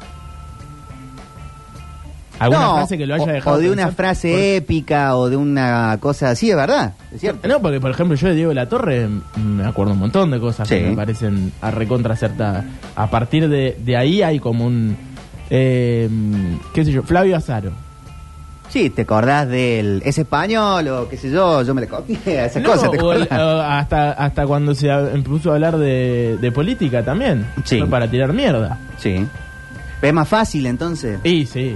[SPEAKER 3] ¿Alguna
[SPEAKER 1] No,
[SPEAKER 3] frase que lo haya
[SPEAKER 1] o-
[SPEAKER 3] dejado?
[SPEAKER 1] O de una
[SPEAKER 3] pensar?
[SPEAKER 1] frase
[SPEAKER 3] Por-
[SPEAKER 1] épica o de una cosa así, es verdad. Es cierto.
[SPEAKER 3] No, porque por ejemplo yo de Diego de la Torre mm, me acuerdo un montón de cosas
[SPEAKER 1] Sí.
[SPEAKER 3] que me parecen a recontra acertadas. A partir de, de ahí hay como un... eh, ¿Qué sé yo? Flavio Azaro.
[SPEAKER 1] Sí, te acordás del. Es español o qué sé yo, yo me le copié a esas
[SPEAKER 3] No,
[SPEAKER 1] cosas. ¿te
[SPEAKER 3] o el-
[SPEAKER 1] acordás?
[SPEAKER 3] o hasta, hasta cuando se ha- puso a hablar de, de política también.
[SPEAKER 1] Sí.
[SPEAKER 3] Fue Para tirar mierda.
[SPEAKER 1] Sí. Pero es más fácil entonces.
[SPEAKER 3] Y sí.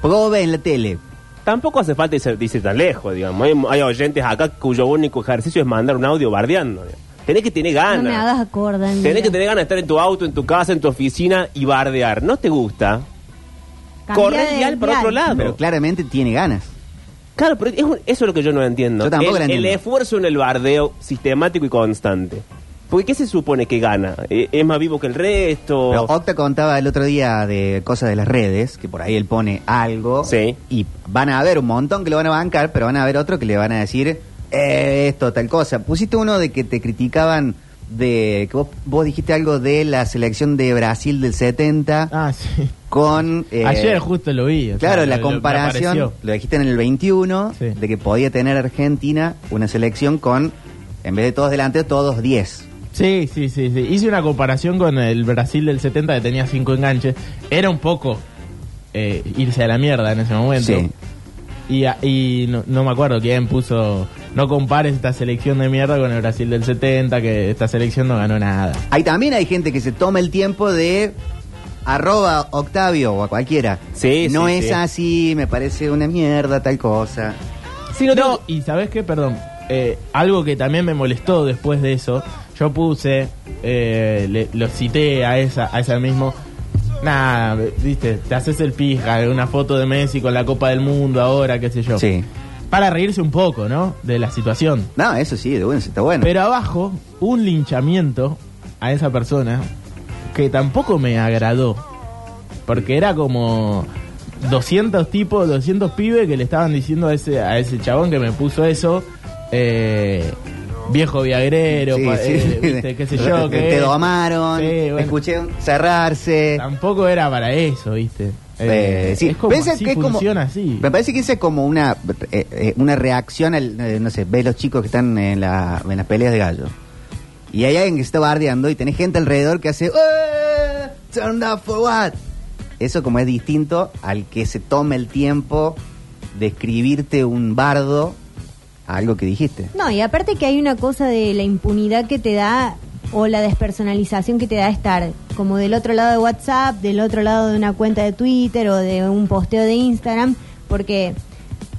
[SPEAKER 1] Porque vos ves en la tele.
[SPEAKER 2] Tampoco hace falta irse, irse tan lejos, digamos. Hay, hay oyentes acá cuyo único ejercicio es mandar un audio bardeando. digamos. Tenés que tener ganas.
[SPEAKER 4] No me hagas acordar.
[SPEAKER 2] Tenés
[SPEAKER 4] mira.
[SPEAKER 2] que tener ganas de estar en tu auto, en tu casa, en tu oficina y bardear. ¿No te gusta?
[SPEAKER 4] Cambia
[SPEAKER 2] correr
[SPEAKER 4] de
[SPEAKER 2] el dial para otro lado.
[SPEAKER 1] Pero claramente tiene ganas.
[SPEAKER 2] Claro, pero es un- eso es lo que yo no entiendo.
[SPEAKER 1] Yo tampoco
[SPEAKER 2] el,
[SPEAKER 1] la
[SPEAKER 2] el
[SPEAKER 1] entiendo.
[SPEAKER 2] esfuerzo en el bardeo sistemático y constante. Porque ¿qué se supone que gana? Eh, ¿Es más vivo que el resto?
[SPEAKER 1] Pero Octa contaba el otro día de cosas de las redes, que por ahí él pone algo.
[SPEAKER 2] Sí.
[SPEAKER 1] Y van a haber un montón que lo van a bancar, pero van a haber otro que le van a decir eh, esto, tal cosa. Pusiste uno de que te criticaban de que vos, vos dijiste algo de la selección de Brasil del 70
[SPEAKER 3] Ah, sí.
[SPEAKER 1] con. eh,
[SPEAKER 3] Ayer justo lo vi. o sea,
[SPEAKER 1] Claro,
[SPEAKER 3] lo-
[SPEAKER 1] la
[SPEAKER 3] lo- me
[SPEAKER 1] comparación,
[SPEAKER 3] apareció.
[SPEAKER 1] lo dijiste en el 21,
[SPEAKER 3] Sí.
[SPEAKER 1] de que podía tener Argentina una selección con, en vez de todos delante, todos 10.
[SPEAKER 3] Sí, sí, sí, sí. Hice una comparación con el Brasil del 70 que tenía cinco enganches. Era un poco eh, irse a la mierda en ese momento.
[SPEAKER 1] Sí.
[SPEAKER 3] Y, a- y no, no me acuerdo quién puso, no compares esta selección de mierda con el Brasil del 70, que esta selección no ganó nada.
[SPEAKER 1] Ahí también hay gente que se toma el tiempo de arroba Octavio o a cualquiera.
[SPEAKER 2] Sí,
[SPEAKER 1] no
[SPEAKER 2] sí,
[SPEAKER 1] es
[SPEAKER 2] sí.
[SPEAKER 1] así, me parece una mierda, tal cosa.
[SPEAKER 2] Sí, no, tengo-
[SPEAKER 3] Y sabes qué, perdón, eh, algo que también me molestó después de eso, yo puse, eh, le- lo cité a esa, a esa mismo, Nada, viste, te haces el pija, una foto de Messi con la Copa del Mundo ahora, qué sé yo.
[SPEAKER 1] Sí.
[SPEAKER 3] Para reírse un poco, ¿no? De la situación.
[SPEAKER 1] No, eso sí, de bueno, está bueno.
[SPEAKER 3] Pero abajo, un linchamiento a esa persona que tampoco me agradó. Porque era como 200 tipos, 200 pibes que le estaban diciendo a ese, a ese chabón que me puso eso. eh, viejo viagrero,
[SPEAKER 1] Sí,
[SPEAKER 3] pa-
[SPEAKER 1] sí.
[SPEAKER 3] eh, viste, qué sé yo.
[SPEAKER 1] Te,
[SPEAKER 3] que-
[SPEAKER 1] te domaron,
[SPEAKER 3] Sí, bueno.
[SPEAKER 1] te escuché un- cerrarse.
[SPEAKER 3] Tampoco era para eso, viste.
[SPEAKER 1] Eh,
[SPEAKER 3] Eh,
[SPEAKER 1] sí.
[SPEAKER 3] Es como
[SPEAKER 1] Pensé
[SPEAKER 3] así,
[SPEAKER 1] que es como-
[SPEAKER 3] funciona así.
[SPEAKER 1] Me parece que esa es como una, eh, eh, una reacción al, eh, no sé, ves los chicos que están en, la- en las peleas de gallo. Y hay alguien que se está bardeando y tenés gente alrededor que hace "Eh, turn up for what? Eso como es distinto al que se tome el tiempo de escribirte un bardo a algo que dijiste.
[SPEAKER 4] No, y aparte que hay una cosa de la impunidad que te da o la despersonalización que te da estar como del otro lado de WhatsApp, del otro lado de una cuenta de Twitter o de un posteo de Instagram, porque,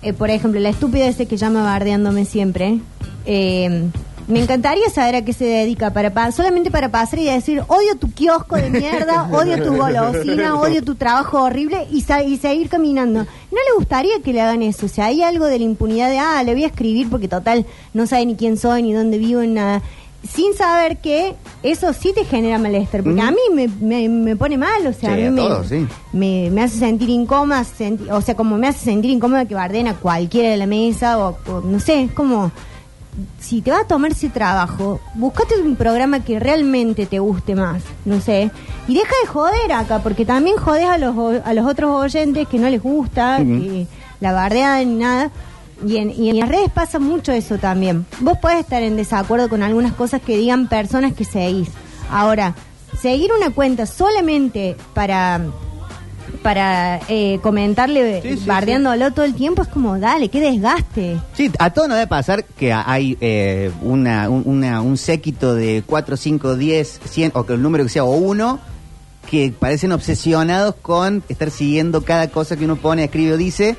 [SPEAKER 4] eh, por ejemplo, la estúpida ese que llama bardeándome siempre, eh, me encantaría saber a qué se dedica, para pa- solamente para pasar y decir, odio tu kiosco de mierda, odio tu golosina, odio tu trabajo horrible y, sa- y seguir caminando. No le gustaría que le hagan eso, o sea, hay algo de la impunidad de, ah, le voy a escribir porque total, no sabe ni quién soy, ni dónde vivo, ni nada. Sin saber que eso sí te genera malestar, porque
[SPEAKER 1] Mm.
[SPEAKER 4] a mí me, me- me pone mal, o
[SPEAKER 1] Sí,
[SPEAKER 4] sea, a mí
[SPEAKER 1] a
[SPEAKER 4] me,
[SPEAKER 1] todos, sí.
[SPEAKER 4] me, me hace sentir incómoda, senti- o sea, como me hace sentir incómoda que barden a cualquiera de la mesa o, o no sé, es como si te vas a tomar ese trabajo, buscate un programa que realmente te guste más, no sé, y deja de joder acá, porque también jodes a los, o- a los otros oyentes que no les gusta,
[SPEAKER 1] Ujú.
[SPEAKER 4] que la bardean y nada. Y en, y en las redes pasa mucho eso también. Vos podés estar en desacuerdo con algunas cosas que digan personas que seguís. Ahora, seguir una cuenta solamente para para eh, comentarle,
[SPEAKER 1] Sí, sí,
[SPEAKER 4] bardeándolo todo el tiempo, es como, dale, qué desgaste.
[SPEAKER 1] Sí, a todos nos debe pasar que a- hay eh, una, un- una- un séquito de 4, 5, 10, 100, o que el número que sea, o uno, que parecen obsesionados con estar siguiendo cada cosa que uno pone, escribe o dice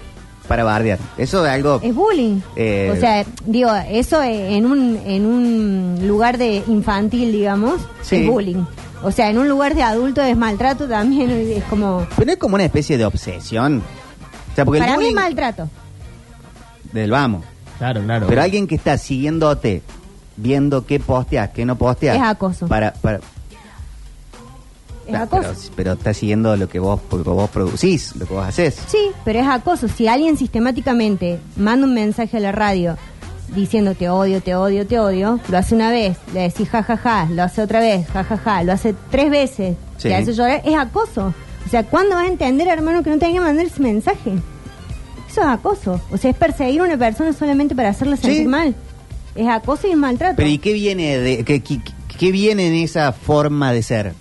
[SPEAKER 1] para bardear. Eso es algo...
[SPEAKER 4] Es bullying.
[SPEAKER 1] Eh,
[SPEAKER 4] o sea, digo, eso eh, en un, en un lugar de infantil, digamos,
[SPEAKER 1] Sí.
[SPEAKER 4] es bullying. O sea, en un lugar de adulto es maltrato también, es como...
[SPEAKER 1] Pero es como una especie de obsesión. O sea, porque el
[SPEAKER 4] Para mí es
[SPEAKER 1] bullying-
[SPEAKER 4] maltrato.
[SPEAKER 1] Del vamos.
[SPEAKER 3] Claro, claro.
[SPEAKER 1] Pero alguien que está siguiéndote, viendo qué posteas, qué no posteas...
[SPEAKER 4] Es acoso.
[SPEAKER 1] Para, para,
[SPEAKER 4] Es
[SPEAKER 1] Ah,
[SPEAKER 4] acoso.
[SPEAKER 1] Pero, pero está siguiendo lo que vos, lo que vos producís, lo que vos haces.
[SPEAKER 4] Sí, pero es acoso. Si alguien sistemáticamente manda un mensaje a la radio diciendo te odio, te odio, te odio, lo hace una vez, le decís jajaja, lo hace otra vez, jajaja, lo hace tres veces,
[SPEAKER 1] Sí.
[SPEAKER 4] le hace llorar, es acoso. O sea, ¿cuándo vas a entender, hermano, que no te hay que mandar ese mensaje? Eso es acoso. O sea, es perseguir a una persona solamente para hacerla sentir
[SPEAKER 1] Sí.
[SPEAKER 4] mal. Es acoso y es maltrato.
[SPEAKER 1] Pero ¿y qué viene de qué, qué- qué viene en esa forma de ser?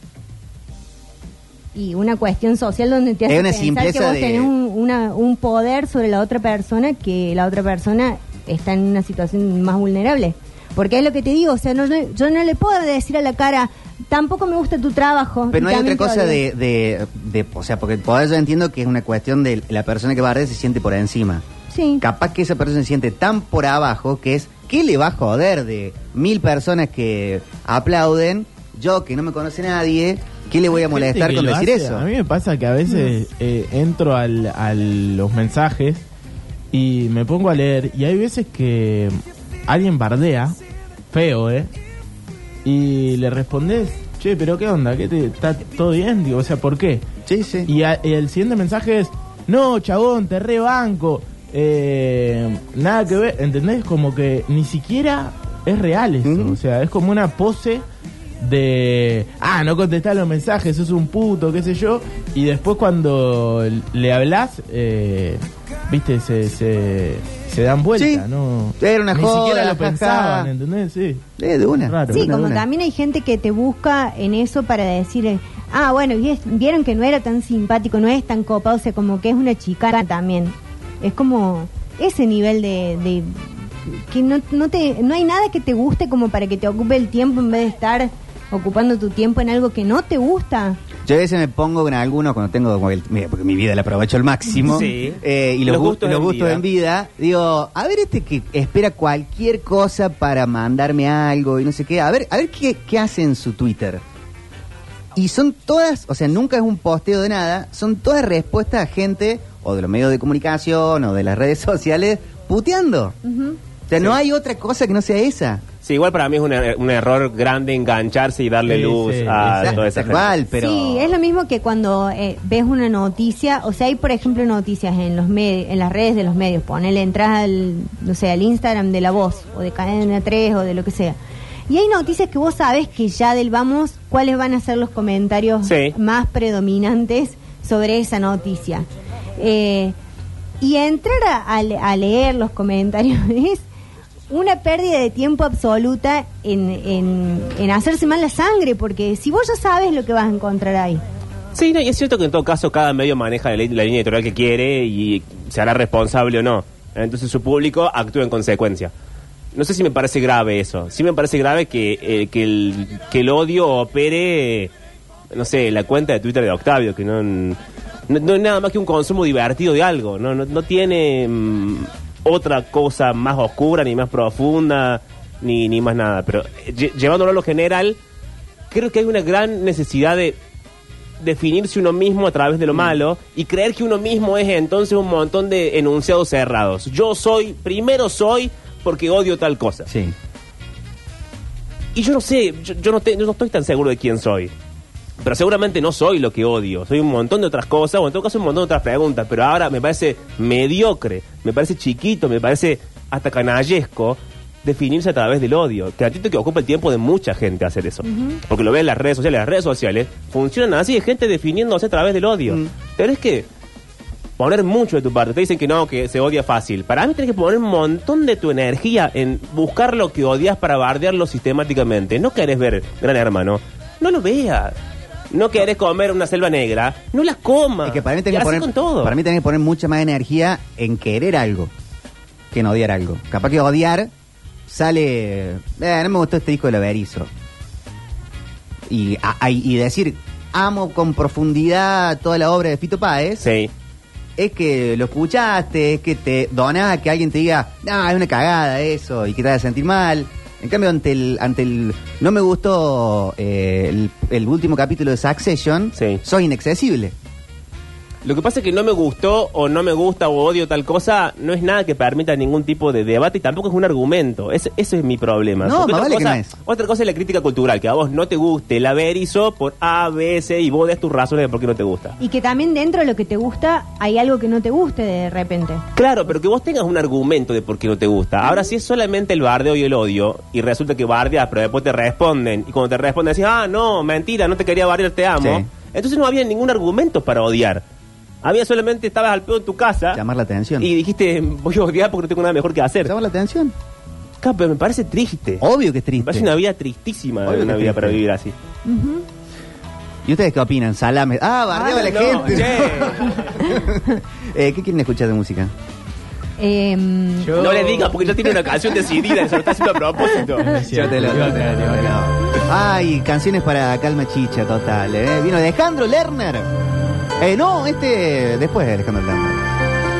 [SPEAKER 4] y una cuestión social donde te
[SPEAKER 1] Hay
[SPEAKER 4] hace
[SPEAKER 1] una
[SPEAKER 4] pensar que
[SPEAKER 1] simpleza
[SPEAKER 4] vos
[SPEAKER 1] de-
[SPEAKER 4] tenés un, una- un poder sobre la otra persona que la otra persona está en una situación más vulnerable. Porque es lo que te digo, o sea, no, le- yo no le puedo decir a la cara, tampoco me gusta tu trabajo.
[SPEAKER 1] Pero no
[SPEAKER 4] y
[SPEAKER 1] hay otra
[SPEAKER 4] también te
[SPEAKER 1] cosa
[SPEAKER 4] odio".
[SPEAKER 1] de, de, de- o sea, porque el poder yo entiendo que es una cuestión de la persona que bardea se siente por encima.
[SPEAKER 4] Sí.
[SPEAKER 1] Capaz que esa persona se siente tan por abajo que es ¿qué le va a joder de mil personas que aplauden? Yo que no me conoce nadie, ¿qué le voy a
[SPEAKER 3] Gente
[SPEAKER 1] molestar
[SPEAKER 3] que
[SPEAKER 1] con
[SPEAKER 3] lo
[SPEAKER 1] decir
[SPEAKER 3] hace,
[SPEAKER 1] eso?
[SPEAKER 3] A mí me pasa que a veces eh, entro al- a los mensajes y me pongo a leer y hay veces que alguien bardea, feo, ¿eh? Y le respondes, che, pero ¿qué onda? ¿Qué te, ¿Está todo bien? Digo, o sea, ¿por qué?
[SPEAKER 1] Sí, sí.
[SPEAKER 3] Y a- el siguiente mensaje es, no, chabón, te rebanco. Eh, nada que ver, ¿entendés? Como que ni siquiera es real eso.
[SPEAKER 1] Ujú.
[SPEAKER 3] O sea, es como una pose de, ah, no contestás los mensajes, sos un puto, qué sé yo. Y después cuando le hablas, eh, viste, se, se, se dan vuelta,
[SPEAKER 1] Sí.
[SPEAKER 3] ¿no?
[SPEAKER 1] Era una
[SPEAKER 3] ni
[SPEAKER 1] joda,
[SPEAKER 3] siquiera lo
[SPEAKER 1] jaja.
[SPEAKER 3] pensaban, ¿entendés? Sí.
[SPEAKER 1] Eh, de una.
[SPEAKER 3] Raro.
[SPEAKER 1] de
[SPEAKER 4] Sí,
[SPEAKER 1] una, de
[SPEAKER 4] como
[SPEAKER 1] una.
[SPEAKER 4] también hay gente que te busca en eso para decir, eh, ah, bueno, vi- vieron que no era tan simpático, no es tan copado, o sea, como que es una chicana también. Es como ese nivel de... de- que no, no, te, no hay nada que te guste como para que te ocupe el tiempo en vez de estar ocupando tu tiempo en algo que no te gusta.
[SPEAKER 1] Yo a veces me pongo en algunos cuando tengo como el- mira, porque mi vida la aprovecho al máximo
[SPEAKER 2] Sí.
[SPEAKER 1] Eh, y los,
[SPEAKER 2] Los
[SPEAKER 1] gu-
[SPEAKER 2] gustos
[SPEAKER 1] los
[SPEAKER 2] en
[SPEAKER 1] gustos
[SPEAKER 2] vida.
[SPEAKER 1] en vida digo a ver este que espera cualquier cosa para mandarme algo y no sé qué a ver a ver qué, qué hace en su Twitter Y son todas, o sea, nunca es un posteo de nada, son todas respuestas a gente o de los medios de comunicación o de las redes sociales puteando.
[SPEAKER 4] Ujú.
[SPEAKER 1] O sea, no hay otra cosa que no sea esa.
[SPEAKER 2] Sí, igual para mí es un, er- un error grande engancharse y darle
[SPEAKER 3] Sí,
[SPEAKER 2] luz
[SPEAKER 3] sí,
[SPEAKER 2] a
[SPEAKER 1] Tal-
[SPEAKER 2] Ah, toda esa
[SPEAKER 1] tal
[SPEAKER 2] gente.
[SPEAKER 1] cual, pero...
[SPEAKER 4] Sí, es lo mismo que cuando eh, ves una noticia, o sea, hay por ejemplo noticias en los medi- en las redes de los medios, ponele, entras al, no sé, al Instagram de La Voz, o de Cadena 3, o de lo que sea. Y hay noticias que vos sabes que ya del vamos, cuáles van a ser los comentarios
[SPEAKER 2] Sí.
[SPEAKER 4] más predominantes sobre esa noticia. Eh, y entrar a, a le- a leer los comentarios es una pérdida de tiempo absoluta en, en- en hacerse mal la sangre, porque si vos ya sabes lo que vas a encontrar ahí.
[SPEAKER 2] Sí, no, y es cierto que en todo caso cada medio maneja la, li- la línea editorial que quiere y se hará responsable o no. Entonces su público actúa en consecuencia. No sé si me parece grave eso. Sí me parece grave que, eh, que, el, que el odio opere, no sé, la cuenta de Twitter de Octavio, que no, no, no es nada más que un consumo divertido de algo. No, no, no tiene mm, otra cosa más oscura, ni más profunda, ni, ni más nada. Pero eh, lle- llevándolo a lo general, creo que hay una gran necesidad de definirse uno mismo a través de lo malo y creer que uno mismo es entonces un montón de enunciados cerrados. Yo soy, primero soy porque odio tal cosa.
[SPEAKER 1] Sí.
[SPEAKER 2] Y yo no sé, yo, yo no, te- yo no estoy tan seguro de quién soy. Pero seguramente no soy lo que odio. Soy un montón de otras cosas, o en todo caso un montón de otras preguntas. Pero ahora me parece mediocre, me parece chiquito, me parece hasta canallesco definirse a través del odio. Te advierto que ocupa el tiempo de mucha gente hacer eso. Porque lo ves en las redes sociales. Las redes sociales funcionan así, es gente definiéndose a través del odio. Pero es que poner mucho de tu parte. Te dicen que no, que se odia fácil. Para mí tienes que poner un montón de tu energía en buscar lo que odias para bardearlo sistemáticamente. No querés ver Gran Hermano. No lo veas. No querés comer una selva negra. No la comas.
[SPEAKER 1] Es que para mí tenés
[SPEAKER 2] Y
[SPEAKER 1] que
[SPEAKER 2] así
[SPEAKER 1] poner,
[SPEAKER 2] con todo.
[SPEAKER 1] para mí tenés que poner mucha más energía en querer algo que en odiar algo. Capaz que odiar sale, "Eh, no me gustó este disco de Loverizo. Y, a- ay, y decir, amo con profundidad toda la obra de Fito Páez,
[SPEAKER 2] Sí.
[SPEAKER 1] es que lo escuchaste, es que te donás a que alguien te diga, no, es una cagada eso, y que te haga sentir mal. En cambio, ante el, ante el no me gustó eh, el, el último capítulo de Succession,
[SPEAKER 2] Sí.
[SPEAKER 1] soy inaccesible.
[SPEAKER 2] Lo que pasa es que no me gustó o no me gusta o odio tal cosa, no es nada que permita ningún tipo de debate y tampoco es un argumento. Es, eso es mi problema.
[SPEAKER 1] No,
[SPEAKER 2] Porque
[SPEAKER 1] más
[SPEAKER 2] otra
[SPEAKER 1] vale que
[SPEAKER 2] cosa-
[SPEAKER 1] no es.
[SPEAKER 2] Otra cosa es la crítica cultural, que a vos no te guste la verizo por A, B, C y vos des tus razones de por qué no te gusta.
[SPEAKER 4] Y que también dentro de lo que te gusta hay algo que no te guste de repente.
[SPEAKER 2] Claro, pero que vos tengas un argumento de por qué no te gusta. Ahora, si es solamente el bardeo y el odio, y resulta que bardeas, pero después te responden, y cuando te responden decís, ah, no, mentira, no te quería bardear, te amo.
[SPEAKER 1] Sí.
[SPEAKER 2] Entonces no había ningún argumento para odiar. Había solamente, estabas al pedo en tu casa,
[SPEAKER 1] Llamar la atención.
[SPEAKER 2] Ah. y dijiste, voy a odiar porque no tengo nada mejor que hacer.
[SPEAKER 1] Llama la atención.
[SPEAKER 2] Claro, pero me parece triste.
[SPEAKER 1] Obvio que es
[SPEAKER 2] Me
[SPEAKER 1] triste.
[SPEAKER 2] parece una vida tristísima,
[SPEAKER 1] Obvio que
[SPEAKER 2] una
[SPEAKER 1] es
[SPEAKER 2] vida
[SPEAKER 1] triste.
[SPEAKER 2] para vivir así.
[SPEAKER 1] ¿Y ustedes qué opinan? Salame. Ah, bardeo a la
[SPEAKER 2] no,
[SPEAKER 1] gente.
[SPEAKER 2] che.
[SPEAKER 1] Eh, ¿Qué quieren escuchar de música?
[SPEAKER 4] Em,
[SPEAKER 3] Yo-
[SPEAKER 2] No le digas porque ya tiene una canción decidida, se lo está haciendo a propósito.
[SPEAKER 1] Llévatelo,
[SPEAKER 3] Yo acá,
[SPEAKER 1] llévatelo,
[SPEAKER 3] yo acá.
[SPEAKER 1] llévatelo. Ay, canciones para calma chicha total. eh. Vino Alejandro Lerner. Eh, no, este después de Alejandro Lerner.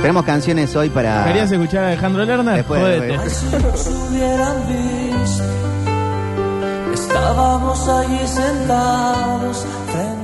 [SPEAKER 1] Tenemos canciones hoy para.
[SPEAKER 3] ¿Querías escuchar a Alejandro Lerner?
[SPEAKER 1] Después,
[SPEAKER 3] Jódete.
[SPEAKER 1] después.
[SPEAKER 7] Si nos hubieran visto, estábamos allí sentados frente